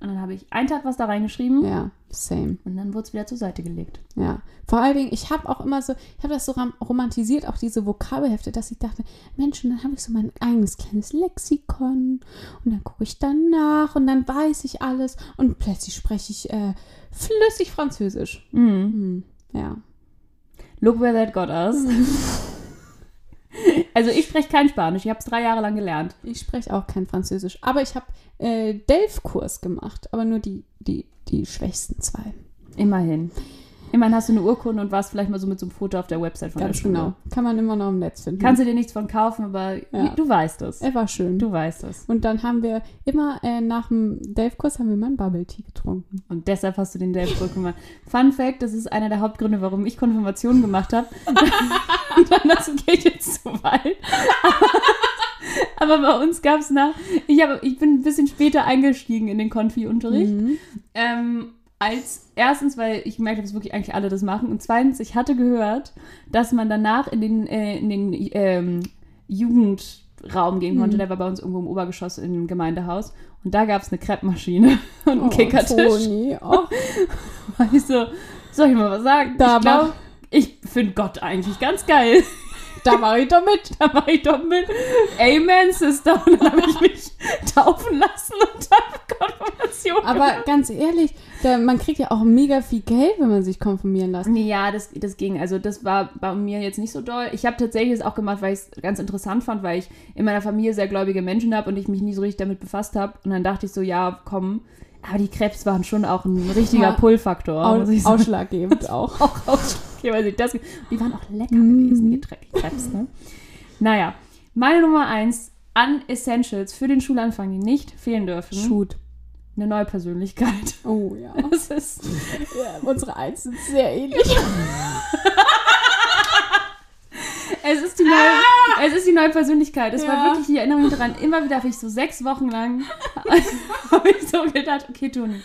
C: und dann habe ich einen Tag was da reingeschrieben
D: ja, same.
C: und dann wurde es wieder zur Seite gelegt.
D: Ja. Vor allen Dingen, ich habe auch immer so, ich habe das so ram- romantisiert, auch diese Vokabelhefte, dass ich dachte, Mensch, und dann habe ich so mein eigenes kleines Lexikon und dann gucke ich danach und dann weiß ich alles und plötzlich spreche ich äh, flüssig Französisch.
C: Mhm.
D: Hm, ja.
C: Look where that got us. also ich spreche kein Spanisch, ich habe es drei Jahre lang gelernt.
D: Ich spreche auch kein Französisch, aber ich habe äh, Delf-Kurs gemacht, aber nur die, die, die schwächsten zwei.
C: Immerhin. Immerhin hast du eine Urkunde und warst vielleicht mal so mit so einem Foto auf der Website von der
D: Ganz
C: Schule.
D: genau. Kann man immer noch im Netz finden.
C: Kannst du dir nichts von kaufen, aber
D: Ja.
C: du weißt es.
D: er war schön.
C: Du weißt es.
D: Und dann haben wir immer äh, nach dem Delf-Kurs haben wir immer einen Bubble-Tea getrunken.
C: Und deshalb hast du den Delfdruck gemacht. Fun Fact, das ist einer der Hauptgründe, warum ich Konfirmation gemacht habe. Und dann, das geht jetzt zu weit. Aber bei uns gab es nach, ich, hab, ich bin ein bisschen später eingestiegen in den Konfi-Unterricht. Ähm, als erstens, weil ich gemerkt habe, dass wirklich eigentlich alle das machen. Und zweitens, ich hatte gehört, dass man danach in den, äh, in den ähm, Jugendraum gehen
D: Mhm.
C: konnte. Der war bei uns irgendwo im Obergeschoss im Gemeindehaus. Und da gab es eine Kreppmaschine und einen
D: Oh,
C: Kickertisch.
D: Toni. Oh,
C: War ich so, soll ich mal was sagen?
D: Da
C: ich glaube, ich finde Gott eigentlich ganz geil.
D: da war ich doch mit.
C: Da war ich doch mit Amen, Sister. Und dann habe ich mich taufen lassen und habe Konfirmation
D: Aber ganz ehrlich, da, man kriegt ja auch mega viel Geld, wenn man sich konfirmieren lässt.
C: Nee, Ja, das, das ging. Also das war bei mir jetzt nicht so doll. Ich habe tatsächlich das auch gemacht, weil ich es ganz interessant fand, weil ich in meiner Familie sehr gläubige Menschen habe und ich mich nie so richtig damit befasst habe. Und dann dachte ich so, ja, komm. Aber die Krebs waren schon auch ein richtiger
D: Ja.
C: Pull-Faktor.
D: Au-
C: muss ich sagen.
D: Ausschlaggebend auch.
C: Auch ausschlaggebend, weil ich das- Die waren auch lecker
D: Mhm.
C: gewesen, die Tre- die Krebs. Ne? Naja, meine Nummer eins an Essentials für den Schulanfang, die nicht fehlen dürfen.
D: Shoot.
C: Eine neue Persönlichkeit.
D: Oh ja.
C: Das ist
D: ja. Unsere Eins sind sehr ähnlich.
C: Es ist die neue, es ist die neue Persönlichkeit. Es war
D: Ah! Ja.
C: wirklich die Erinnerung daran. Immer wieder habe ich so sechs Wochen lang habe ich so gedacht, okay, Toni,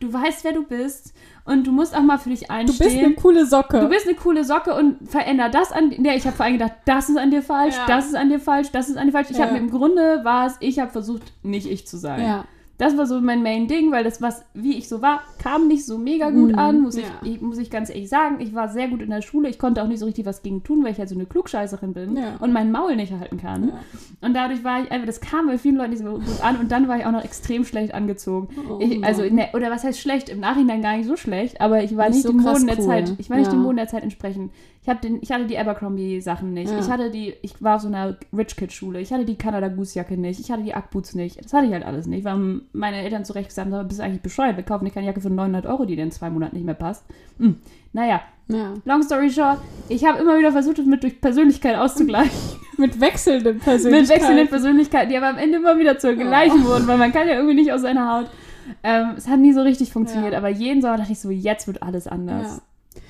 C: du weißt, wer du bist und du musst auch mal für dich
D: Du bist eine
C: einstehen.
D: coole Socke.
C: Du bist eine coole Socke und veränder das an der. Ich habe vor allem gedacht, das ist an dir falsch,
D: Ja.
C: das ist an dir falsch, das ist an dir falsch. Ich
D: Ja.
C: habe im Grunde war es, ich habe versucht, nicht ich zu sein.
D: ja.
C: Das war so mein Main Ding, weil das, was, wie ich so war, kam nicht so mega gut an, muss,
D: Mhm, ja.
C: ich, ich, muss ich ganz ehrlich sagen. Ich war sehr gut in der Schule, ich konnte auch nicht so richtig was gegen tun, weil ich halt so eine Klugscheißerin bin
D: Ja.
C: und mein Maul nicht halten kann. Und dadurch war ich einfach, das kam bei vielen Leuten nicht so gut an und dann war ich auch noch extrem schlecht angezogen.
D: Oh
C: ich, also,
D: Mann.
C: in der, oder was heißt schlecht? Im Nachhinein gar nicht so schlecht, aber ich war
D: Nicht
C: nicht,
D: so
C: dem
D: krass
C: Boden der
D: cool.
C: Zeit, ich war nicht
D: Ja.
C: dem Boden der Zeit entsprechend. Ich, hab den, ich hatte die Abercrombie-Sachen nicht,
D: Ja.
C: ich hatte die, ich war auf so einer Rich Kid-Schule, ich hatte die Canada Goose-Jacke nicht, ich hatte die Ackboots nicht, das hatte ich halt alles nicht, ich war im meine Eltern zu Recht gesagt haben, bist du eigentlich bescheuert, wir kaufen dir keine Jacke für 900 Euro, die dir in zwei Monaten nicht mehr passt. Hm. Naja,
D: Ja.
C: long story short, ich habe immer wieder versucht, das mit durch Persönlichkeit auszugleichen.
D: Mit wechselnden Persönlichkeiten.
C: mit wechselnden Persönlichkeiten, die aber am Ende immer wieder
D: Oh.
C: zur gleichen wurden, weil man kann ja irgendwie nicht aus seiner Haut. Ähm, es hat nie so richtig funktioniert,
D: Ja.
C: aber jeden Sommer dachte ich so, jetzt wird alles anders.
D: Ja.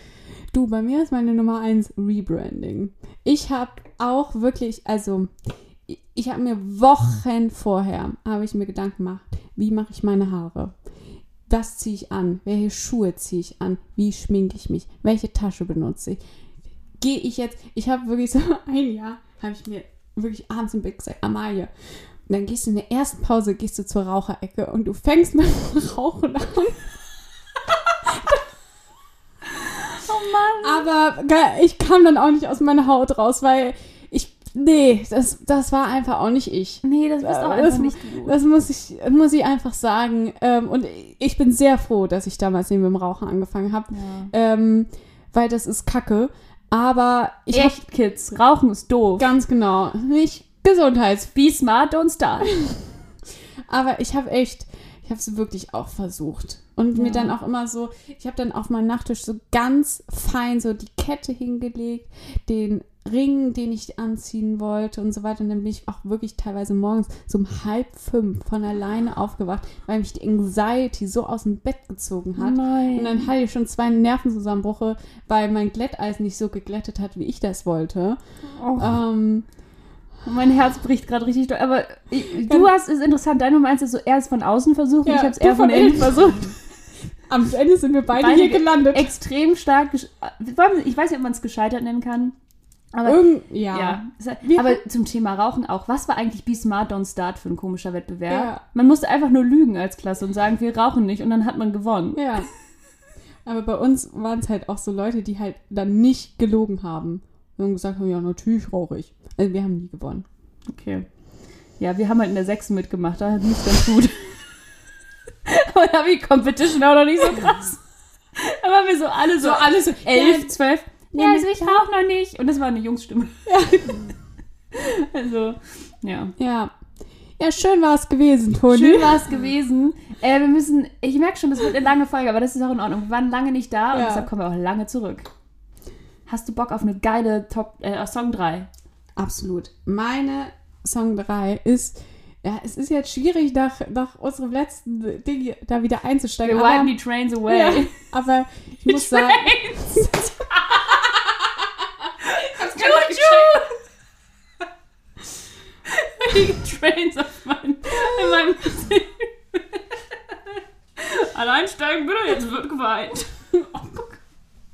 D: Du, bei mir ist meine Nummer eins Rebranding. Ich habe auch wirklich, also ich- ich habe mir Wochen vorher, habe ich mir Gedanken gemacht, wie mache ich meine Haare? Das ziehe ich an. Welche Schuhe ziehe ich an? Wie schminke ich mich? Welche Tasche benutze ich? Gehe ich jetzt, ich habe wirklich so ein Jahr, habe ich mir wirklich abends im Bett gesagt, Amalie, und dann gehst du in der ersten Pause, gehst du zur Raucherecke und du fängst mit dem Rauchen an.
C: Oh Mann.
D: Aber ge- ich kam dann auch nicht aus meiner Haut raus, weil ich. Nee, das, das war einfach auch nicht ich.
C: Nee, das bist auch
D: Äh,
C: einfach
D: das-
C: nicht du.
D: Das muss ich, muss ich einfach sagen. Ähm, und ich bin sehr froh, dass ich damals neben dem Rauchen angefangen habe.
C: Ja.
D: Ähm, weil das ist Kacke. Aber ich habe
C: Echt, Kids, Rauchen ist doof.
D: ganz genau nicht Gesundheits.
C: Be smart, don't start.
D: Aber ich habe echt, ich habe es wirklich auch versucht. Und mir
C: Ja.
D: dann auch immer so, ich habe dann auf meinem Nachttisch so ganz fein so die Kette hingelegt, den Ring, den ich anziehen wollte und so weiter. Und dann bin ich auch wirklich teilweise morgens so um halb fünf von alleine aufgewacht, weil mich die Anxiety so aus dem Bett gezogen hat. Und
C: Nein.
D: dann hatte ich schon zwei Nervenzusammenbrüche, weil mein Glätteis nicht so geglättet hat, wie ich das wollte.
C: Oh,
D: Ähm,
C: mein Herz bricht gerade richtig durch. Aber ich, du hast, ist interessant, deine Nummer eins ist so, er ist von außen versucht, und
D: Ja,
C: ich habe es
D: du
C: eher von
D: von
C: innen
D: innen.
C: versucht.
D: am Ende sind wir beide,
C: Beide
D: hier
C: ge-
D: gelandet.
C: Extrem stark, gesch- Wollen wir- ich weiß nicht, ob man es gescheitert nennen kann. Aber
D: Irgend,
C: Ja.
D: Wir-
C: Aber zum Thema Rauchen auch. Was war eigentlich Be Smart, Don't Start für ein komischer Wettbewerb?
D: Ja.
C: Man musste einfach nur lügen als Klasse und sagen, wir rauchen nicht und dann hat man gewonnen.
D: Ja. Aber bei uns waren es halt auch so Leute, die halt dann nicht gelogen haben. Und gesagt haben, ja, natürlich rauche ich. Also wir haben nie gewonnen.
C: Okay. Ja, wir haben halt in der Sechsen mitgemacht, da lief ganz gut. Aber da war die Competition auch noch nicht so krass. Da waren wir so alle so,
D: alles
C: elf, zwölf.
D: Ja,
C: Ja, also ich rauche noch nicht. Und das war eine Jungsstimme. also, ja.
D: Ja. Ja, schön war es gewesen, Toni.
C: Schön war es gewesen. Äh, wir müssen, ich merke schon, das wird eine lange Folge, aber das ist auch in Ordnung. Wir waren lange nicht da und
D: Ja.
C: deshalb kommen wir auch lange zurück. Hast du Bock auf eine geile Top, äh, Song 3?
D: Absolut. Meine Song 3 ist, ja, es ist jetzt schwierig, nach, nach unserem letzten Ding hier da wieder
C: Wir
D: einzusteigen.
C: wipen die Trains away.
D: ja, aber ich muss sagen,
C: Juju! die Trains auf meinem, in meinem Gesicht. Alle einsteigen bitte, jetzt wird geweint. Oh, guck.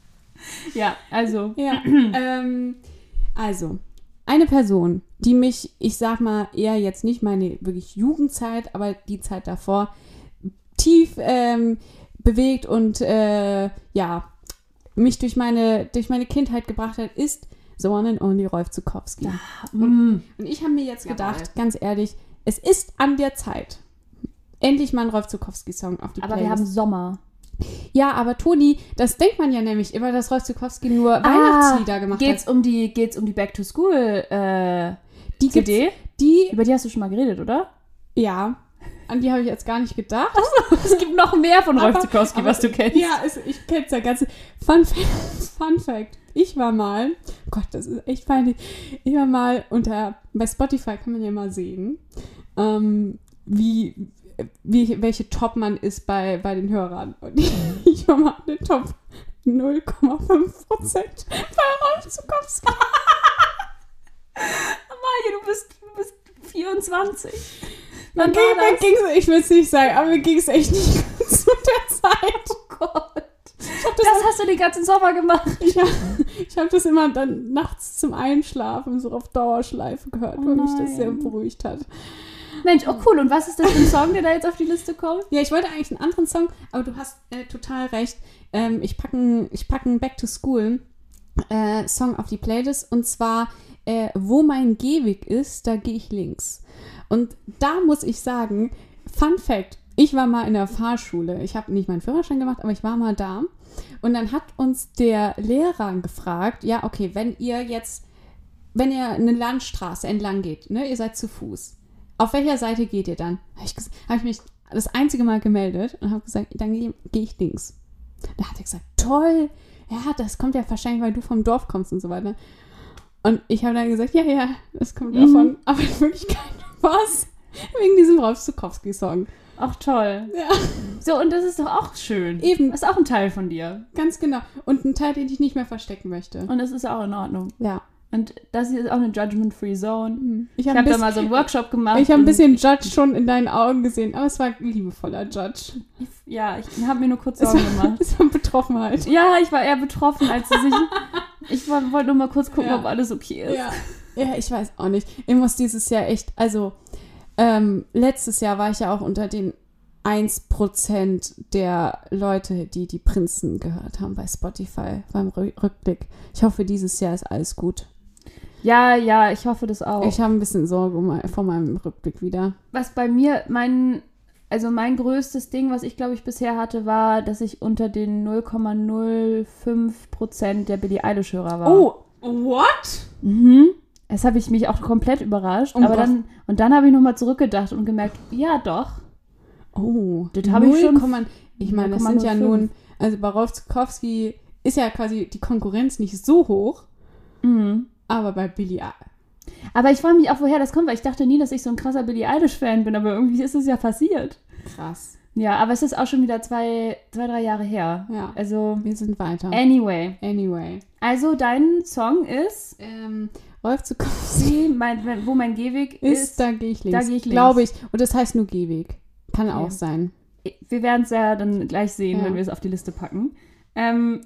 C: ja, also.
D: Ja, ähm, also, eine Person, die mich, ich sag mal, eher jetzt nicht meine wirklich Jugendzeit, aber die Zeit davor tief ähm, bewegt und äh, ja, mich durch meine, durch meine Kindheit gebracht hat, ist The One and Only Rolf Zukowski.
C: Mm.
D: Und ich habe mir jetzt
C: Jawohl.
D: gedacht, ganz ehrlich, es ist an der Zeit. Endlich mal einen Rolf Zukowski-Song auf die
C: Aber wir
D: Playlist.
C: haben Sommer.
D: ja, aber Toni, das denkt man ja nämlich immer, dass Rolf Zukowski nur
C: Ah,
D: Weihnachtslieder gemacht hat.
C: geht's um die Geht's um die Back to School äh,
D: Die gibt's-
C: CD?
D: Die,
C: Über die hast du schon mal geredet, oder?
D: ja, an die habe ich jetzt gar nicht gedacht.
C: Es gibt noch mehr von Rolf
D: Aber-
C: Zukowski,
D: aber-
C: was du kennst.
D: Ja, es, ich kenne ja ganze. Fun Fact, Fun Fact. Ich war mal, Gott, das ist echt peinlich. Ich war mal unter, bei Spotify kann man ja mal sehen, ähm, wie, wie, welche Top man ist bei, bei den Hörern. Und ich, ich war mal eine Top 0,5 Prozent bei Rolf Zukowski.
C: Amalie, du bist, du bist 24.
D: Mir
C: Wann
D: ging-
C: war
D: mir
C: das?
D: ging's, ich will es nicht sagen, aber mir ging es echt nicht gut zu der Zeit.
C: Oh Gott.
D: Ich hab
C: Das hast du den ganzen Sommer gemacht.
D: Ich habe ich hab das immer dann nachts zum Einschlafen so auf Dauerschleife gehört,
C: Oh
D: weil mich das sehr
C: nein.
D: beruhigt hat.
C: Mensch, oh cool. Und was ist das für ein Song, der da jetzt auf die Liste kommt?
D: Ja, ich wollte eigentlich einen anderen Song, aber du hast äh, total recht. Ähm, ich packe einen ich pack einen Back to School äh, Song auf die Playlist und zwar äh, Wo mein Gehweg ist, da gehe ich links. Und da muss ich sagen, Fun Fact, ich war mal in der Fahrschule. Ich habe nicht meinen Führerschein gemacht, aber ich war mal da. Und dann hat uns der Lehrer gefragt, ja, okay, wenn ihr jetzt, wenn ihr eine Landstraße entlang geht, ne, ihr seid zu Fuß, auf welcher Seite geht ihr dann? Habe ich, ges- hab ich mich das einzige Mal gemeldet und habe gesagt, dann gehe geh ich links. Da hat er gesagt, toll, ja, das kommt ja wahrscheinlich, weil du vom Dorf kommst und so weiter. Und ich habe dann gesagt, ja, ja, das kommt
C: Mhm.
D: davon, aber in Wirklichkeit war es wegen diesem Rolf Zukowski-Song.
C: Ach toll.
D: Ja,
C: So, und das ist doch auch schön.
D: Eben.
C: Das ist auch ein Teil von dir.
D: ganz genau. Und ein Teil, den ich nicht mehr verstecken möchte.
C: Und das ist auch in Ordnung.
D: Ja.
C: Und das hier ist auch eine Judgment-Free Zone. Mhm. Ich
D: hab
C: habe
D: ein
C: da
D: bisschen-
C: mal so einen Workshop gemacht.
D: Ich habe
C: und-
D: ein bisschen Judge schon in deinen Augen gesehen, aber es war ein liebevoller Judge.
C: Ja, ich habe mir nur kurz
D: Es
C: Sorgen
D: war,
C: gemacht.
D: es war Betroffenheit.
C: Ja, ich war eher betroffen, als sie sich. Ich war- wollte nur mal kurz gucken,
D: Ja.
C: ob alles okay ist.
D: Ja. ja, ich weiß auch nicht. Ich muss dieses Jahr echt, also ähm, letztes Jahr war ich ja auch unter den 1% der Leute, die die Prinzen gehört haben bei Spotify beim Rü- Rückblick. Ich hoffe, dieses Jahr ist alles gut.
C: Ja, ja, ich hoffe das auch.
D: Ich habe ein bisschen Sorge um, vor meinem Rückblick wieder.
C: was bei mir mein also mein größtes Ding, was ich glaube ich bisher hatte, war, dass ich unter den 0,05 Prozent der Billie Eilish Hörer war.
D: Oh. what?
C: Mhm. Das habe ich mich auch komplett überrascht.
D: Um
C: aber
D: Gott.
C: dann und dann habe ich nochmal zurückgedacht und gemerkt, ja doch.
D: Oh,
C: Das habe ich schon-
D: 0,0. Ich meine, das sind ja
C: 0,05.
D: nun, also bei Rolf Zukowski ist ja quasi die Konkurrenz nicht so hoch,
C: Mhm.
D: aber bei Billy, ah, A-
C: Aber ich freue mich auch, woher das kommt, weil ich dachte nie, dass ich so ein krasser Billie Eilish Fan bin, aber irgendwie ist es ja passiert.
D: krass.
C: Ja, aber es ist auch schon wieder zwei, zwei drei Jahre her.
D: Ja.
C: Also
D: Wir sind weiter.
C: anyway,
D: Anyway.
C: also dein Song ist
D: Ähm, Rolf Zukowski
C: Sie, mein, wo mein Gehweg
D: ist,
C: ist
D: da gehe ich links.
C: gehe ich links.
D: Glaube ich. Und das heißt nur Gehweg. Kann
C: Okay.
D: auch sein.
C: Wir werden es ja dann gleich sehen,
D: Ja.
C: wenn wir es auf die Liste packen. Ähm,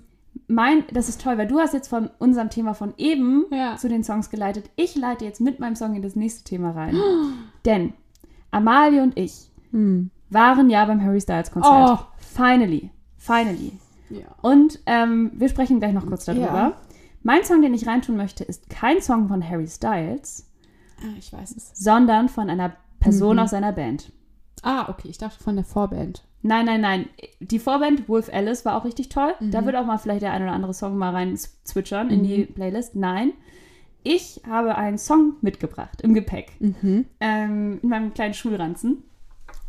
C: mein, das ist toll, weil du hast jetzt von unserem Thema von eben
D: Ja.
C: zu den Songs geleitet. Ich leite jetzt mit meinem Song in das nächste Thema rein. Denn Amalie und ich
D: Hm.
C: waren ja beim Harry Styles Konzert.
D: Oh.
C: Finally, finally.
D: Ja.
C: Und ähm, wir sprechen gleich noch kurz darüber.
D: Ja.
C: Mein Song, den ich reintun möchte, ist kein Song von Harry Styles,
D: Ah, ich weiß es.
C: sondern von einer Person
D: Mhm.
C: aus seiner Band.
D: Ah, okay. Ich dachte von der Vorband.
C: Nein, nein, nein. Die Vorband Wolf Alice war auch richtig toll. Da wird auch mal vielleicht der ein oder andere Song mal rein zwitschern in die Playlist. Nein. Ich habe einen Song mitgebracht im Gepäck. Ähm, in meinem kleinen Schulranzen.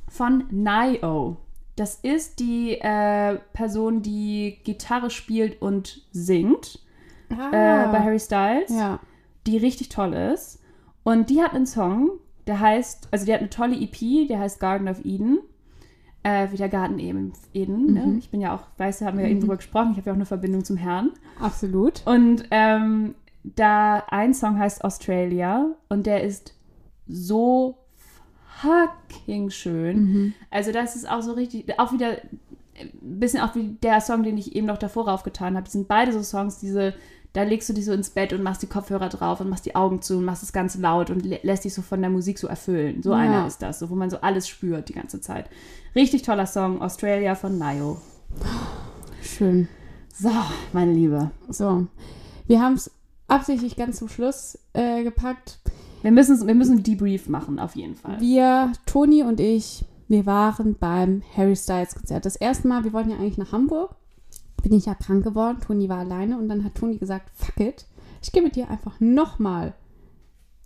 C: Von Nio. Das ist die äh, Person, die Gitarre spielt und singt äh, bei Harry Styles
D: Ah. Ja.
C: die richtig toll ist. Und die hat einen Song, der heißt, also die hat eine tolle EP, der heißt Garden of Eden. Äh, wie der Garten eben, Eden. Ne? Ich bin ja auch, weißt du, haben wir ja eben drüber gesprochen, ich habe ja auch eine Verbindung zum Herrn.
D: Absolut.
C: Und ähm, da ein Song heißt Australia und der ist so fucking schön.
D: Mhm.
C: Also das ist auch so richtig, auch wieder ein bisschen auch wie der Song, den ich eben noch davor raufgetan habe. Das sind beide so Songs, diese, da legst du dich so ins Bett und machst die Kopfhörer drauf und machst die Augen zu und machst es ganz laut und lä- lässt dich so von der Musik so erfüllen. So
D: Ja.
C: einer ist das, so, wo man so alles spürt die ganze Zeit. Richtig toller Song, Australia von Nio.
D: Schön.
C: So, meine Liebe.
D: So. Wir haben es absichtlich ganz zum Schluss äh, gepackt.
C: Wir müssen, wir müssen einen Debrief machen, auf jeden Fall.
D: Wir, Toni und ich, wir waren beim Harry Styles Konzert. Das erste Mal, wir wollten ja eigentlich nach Hamburg, bin ich ja krank geworden. Toni war alleine und dann hat Toni gesagt, fuck it, ich gehe mit dir einfach nochmal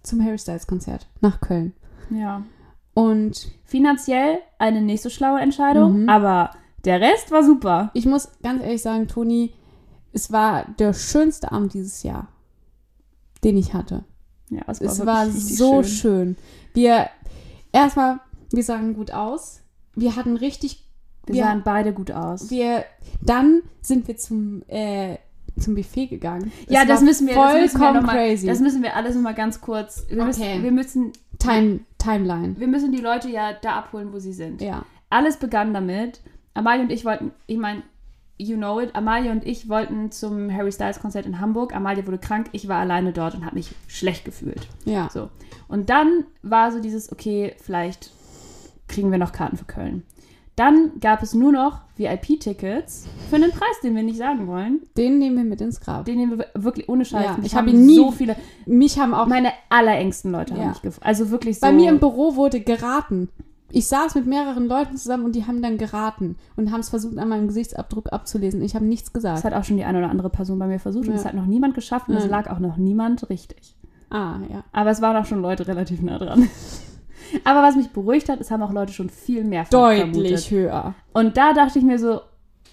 D: zum Harry Styles Konzert nach Köln.
C: Ja.
D: Und
C: Finanziell eine nicht so schlaue Entscheidung,
D: Mhm.
C: aber der Rest war super.
D: ich muss ganz ehrlich sagen, Toni, es war der schönste Abend dieses Jahr, den ich hatte.
C: Ja, es war,
D: Es
C: wirklich
D: war
C: richtig
D: so schön. Wir, erstmal, wir sahen gut aus. Wir hatten richtig
C: Wir
D: Wir-
C: sahen beide gut aus.
D: wir dann sind wir zum äh, zum Buffet gegangen.
C: ja,
D: Es
C: das
D: war
C: müssen wir das müssen wir
D: vollkommen
C: noch mal,
D: crazy.
C: Das müssen wir alles nochmal ganz kurz. Wir,
D: Okay.
C: müssen, wir, müssen,
D: Time, Timeline.
C: wir müssen die Leute ja da abholen, wo sie sind.
D: Ja.
C: Alles begann damit. Amalie und ich wollten, ich meine, you know it, Amalie und ich wollten zum Harry Styles Konzert in Hamburg. Amalie wurde krank, ich war alleine dort und habe mich schlecht gefühlt.
D: Ja.
C: So. Und dann war so dieses, okay, vielleicht kriegen wir noch Karten für Köln. Dann gab es nur noch VIP-Tickets für einen Preis, den wir nicht sagen wollen.
D: Den nehmen wir mit ins Grab.
C: Den nehmen wir wirklich ohne Scheiß.
D: Ja,
C: Mich
D: ich habe
C: haben
D: ihn nie-
C: so viele.
D: Mich haben auch
C: Meine allerengsten Leute
D: Ja.
C: haben mich gefragt. Also wirklich so.
D: bei mir im Büro wurde geraten. Ich saß mit mehreren Leuten zusammen und die haben dann geraten und haben es versucht, an meinem Gesichtsabdruck abzulesen. Ich habe nichts
C: Das
D: gesagt.
C: hat auch schon die eine oder andere Person bei mir versucht und
D: Ja.
C: es hat noch niemand geschafft und es
D: Nein.
C: lag auch noch niemand richtig.
D: Ah, ja.
C: Aber es waren auch schon Leute relativ nah dran. Aber was mich beruhigt hat, es haben auch Leute schon viel mehr
D: Deutlich höher.
C: Und da dachte ich mir so,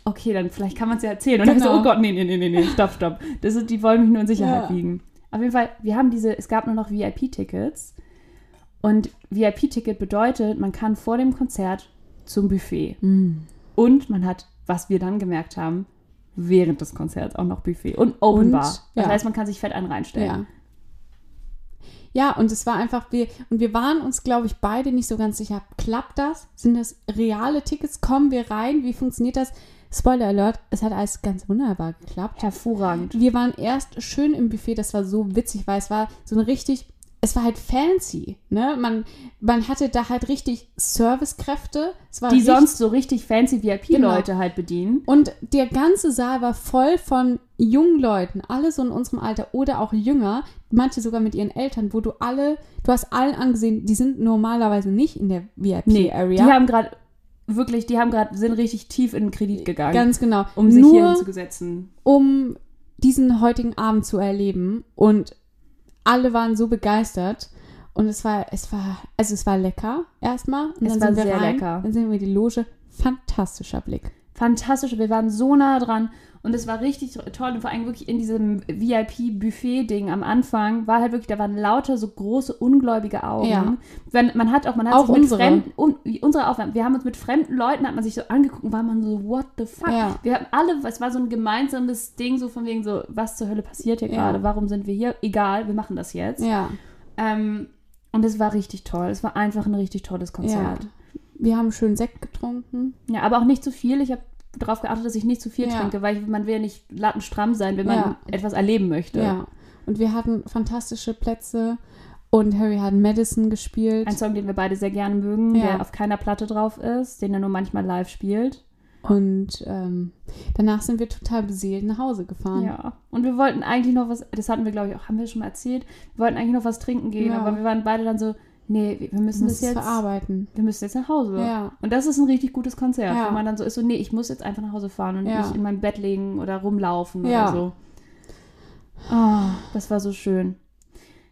C: okay, dann vielleicht kann man es ja erzählen. Und dann
D: Genau.
C: so, oh Gott, nee, nee, nee, nee, nee, stopp, stopp. Das ist, die wollen mich nur in Sicherheit
D: Ja.
C: wiegen. Auf jeden Fall, wir haben diese, es gab nur noch VIP-Tickets. Und VIP-Ticket bedeutet, man kann vor dem Konzert zum Buffet. Und man hat, was wir dann gemerkt haben, während des Konzerts auch noch Buffet und Open
D: Und,
C: Bar. Das
D: ja.
C: heißt, man kann sich fett einen reinstellen.
D: Ja. Ja, und es war einfach, wir, und wir waren uns, glaube ich, beide nicht so ganz sicher. Klappt das? Sind das reale Tickets? Kommen wir rein? Wie funktioniert das? Spoiler Alert, es hat alles ganz wunderbar geklappt.
C: Hervorragend.
D: Wir waren erst schön im Buffet, das war so witzig, weil es war so ein richtig, es war halt fancy, ne? Man, man hatte da halt richtig Servicekräfte. Es war
C: Die
D: richtig,
C: sonst so richtig fancy VIP-Leute
D: Genau.
C: halt bedienen.
D: Und der ganze Saal war voll von jungen Leuten, alle so in unserem Alter oder auch jünger, manche sogar mit ihren Eltern, wo du alle, du hast allen angesehen, die sind normalerweise nicht in der VIP-Area.
C: Die haben gerade, wirklich, die haben gerade, sind richtig tief in den Kredit gegangen.
D: Ganz genau.
C: um sich
D: Nur,
C: hier hinzusetzen.
D: um diesen heutigen Abend zu erleben. Und alle waren so begeistert. Und es war, es war, also es war lecker erstmal. Und
C: Es
D: dann
C: war
D: sind wir
C: sehr
D: rein,
C: lecker.
D: Dann sehen wir die Loge. Fantastischer Blick.
C: Fantastisch, wir waren so nah dran und es war richtig toll und vor allem wirklich in diesem VIP-Buffet-Ding am Anfang war halt wirklich, da waren lauter so große ungläubige Augen.
D: Ja.
C: Wenn, man hat auch, man hat
D: Auch
C: sich mit
D: unsere.
C: fremden, un, unsere auch, wir haben uns mit fremden Leuten, hat man sich so angeguckt und war man so, what the fuck?
D: Ja.
C: Wir haben alle, es war so ein gemeinsames Ding, so von wegen so, was zur Hölle passiert hier
D: Ja.
C: gerade, warum sind wir hier? Egal, wir machen das jetzt.
D: Ja,
C: Ähm, und es war richtig toll, es war einfach ein richtig tolles
D: ja.
C: Konzert.
D: Wir haben schön Sekt getrunken.
C: Ja, aber auch nicht zu viel. Ich habe darauf geachtet, dass ich nicht zu viel
D: Ja.
C: trinke, weil ich, man will ja nicht lattenstramm sein, wenn man
D: Ja.
C: etwas erleben möchte.
D: Ja. Und wir hatten fantastische Plätze. Und Harry hat Madison gespielt.
C: Ein Song, den wir beide sehr gerne mögen,
D: Ja.
C: der auf keiner Platte drauf ist, den er nur manchmal live spielt.
D: Und ähm, danach sind wir total beseelt nach Hause gefahren.
C: Ja. Und wir wollten eigentlich noch was, das hatten wir, glaube ich, auch, haben wir schon mal erzählt, wir wollten eigentlich noch was trinken gehen,
D: Ja.
C: aber wir waren beide dann so, nee, wir- wir müssen
D: Und
C: das jetzt,
D: verarbeiten.
C: wir müssen jetzt nach Hause.
D: Ja.
C: Und das ist ein richtig gutes Konzert,
D: Ja.
C: wo man dann so ist, so, nee, ich muss jetzt einfach nach Hause fahren und
D: Ja.
C: mich in meinem Bett legen oder rumlaufen
D: Ja.
C: oder so. Ah, das war so schön.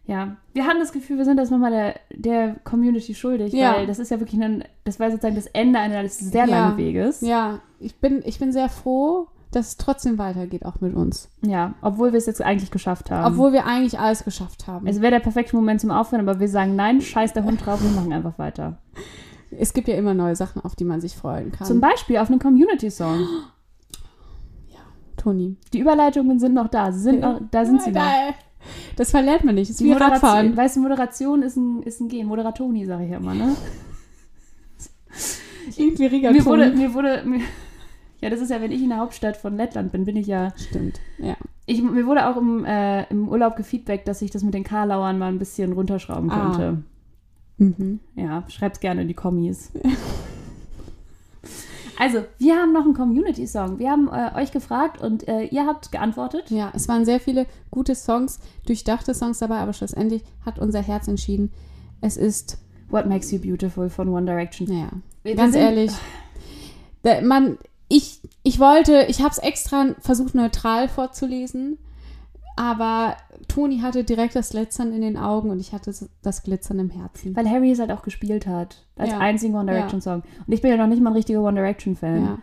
C: Ja, wir hatten das Gefühl, wir sind das nochmal der, der Community schuldig,
D: Ja.
C: weil das ist ja wirklich ein, das war sozusagen das Ende eines sehr
D: Ja.
C: langen Weges.
D: Ja, ich bin, ich bin sehr froh, dass es trotzdem weitergeht, auch mit uns.
C: Ja, obwohl wir es jetzt eigentlich geschafft haben.
D: Obwohl wir eigentlich alles geschafft haben. Es,
C: Ähm. es wäre der perfekte Moment zum Aufhören, aber wir sagen, nein, scheiß der Hund drauf, wir machen einfach weiter.
D: gibt ja immer neue Sachen, auf die man sich freuen kann.
C: Zum Beispiel auf einen Community-Song.
D: Toni.
C: Die Überleitungen sind noch da, sie sind noch, da sind sie noch.
D: Geil. Das verlernt man nicht. Das ist
C: Die
D: wie
C: Moderation,
D: Radfahren.
C: Weißt du, Moderation ist ein, ist ein Gen. Moderatoni, sage ich ja immer, ne?
D: Irgendwie
C: Mir wurde,
D: Rigatoni.
C: mir wurde, mir, ja, das ist ja, wenn ich in der Hauptstadt von Lettland bin, bin ich ja,
D: Stimmt. Ja.
C: ich, mir wurde auch im, äh, im Urlaub gefeedbackt, dass ich das mit den Karlauern mal ein bisschen runterschrauben
D: Ah.
C: könnte.
D: Mhm.
C: Ja, schreib's gerne in die Kommis. Also, wir haben noch einen Community-Song. Wir haben äh, euch gefragt und äh, ihr habt geantwortet.
D: ja, es waren sehr viele gute Songs, durchdachte Songs dabei, aber schlussendlich hat unser Herz entschieden, es ist,
C: What Makes You Beautiful von One Direction.
D: naja,
C: Wir
D: ganz
C: sind-
D: ehrlich, da- man, ich, ich wollte, ich habe es extra versucht, neutral vorzulesen, aber Toni hatte direkt das Glitzern in den Augen und ich hatte das Glitzern im Herzen.
C: Weil Harry es halt auch gespielt hat. Als
D: Ja.
C: einzigen One Direction Song. Und ich bin ja noch nicht mal ein richtiger One Direction Fan.
D: Ja.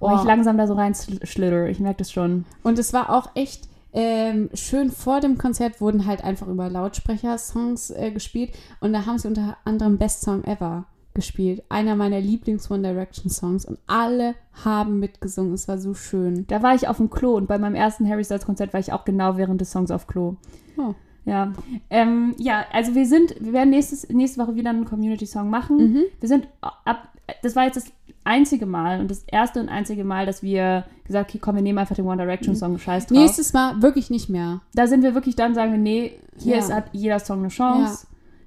C: Weil
D: Oh.
C: ich langsam da so rein schl- schlitter. Ich merke das schon.
D: Und es war auch echt ähm, schön. Vor dem Konzert wurden halt einfach über Lautsprecher Songs äh, gespielt und da haben sie unter anderem Best Song Ever gespielt. Einer meiner Lieblings-One Direction Songs und alle haben mitgesungen. Es war so schön.
C: Da war ich auf dem Klo und bei meinem ersten Harry Styles Konzert war ich auch genau während des Songs auf Klo.
D: Oh.
C: Ja. Ähm, ja, also wir sind, wir werden nächstes, nächste Woche wieder einen Community-Song machen.
D: Mhm.
C: Wir sind ab, das war jetzt das einzige Mal und das erste und einzige Mal, dass wir gesagt haben, okay, komm, wir nehmen einfach den One Direction Song, scheiß drauf.
D: Mhm. Nächstes Mal wirklich nicht mehr.
C: da sind wir wirklich dann, sagen wir, nee, hier
D: Ja.
C: ist, hat jeder Song eine Chance.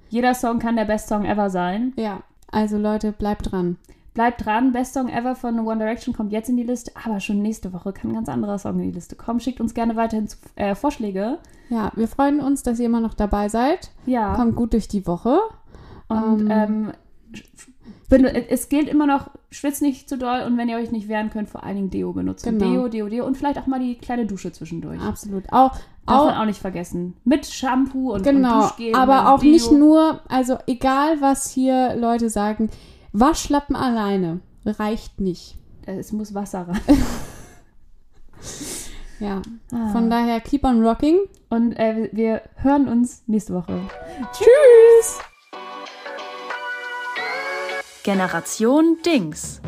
C: Jeder Song kann der Best Song ever sein.
D: Ja. Also Leute, bleibt dran.
C: Bleibt dran, Best Song Ever von One Direction kommt jetzt in die Liste, aber schon nächste Woche kann ein ganz anderer Song in die Liste kommen. Schickt uns gerne weiterhin zu, äh, Vorschläge.
D: Ja, wir freuen uns, dass ihr immer noch dabei seid.
C: Ja,
D: Kommt gut durch die Woche.
C: und
D: ähm,
C: ähm, sch- wenn, du- es gilt immer noch, schwitzt nicht zu doll und wenn ihr euch nicht wehren könnt, vor allen Dingen Deo benutzen.
D: Genau.
C: Deo, Deo, Deo und vielleicht auch mal die kleine Dusche zwischendurch.
D: Absolut. Auch
C: Darf
D: Au-
C: man auch nicht vergessen. Mit Shampoo und, und
D: Genau,
C: Duschgel. und
D: aber auch
C: Deo.
D: nicht nur, also egal was hier Leute sagen, Waschlappen alleine reicht nicht.
C: Äh, Es muss Wasser ran.
D: Ja,
C: Ah.
D: von daher keep on rocking.
C: Und äh, wir hören uns nächste Woche.
D: Tschüss!
B: Generation Dings.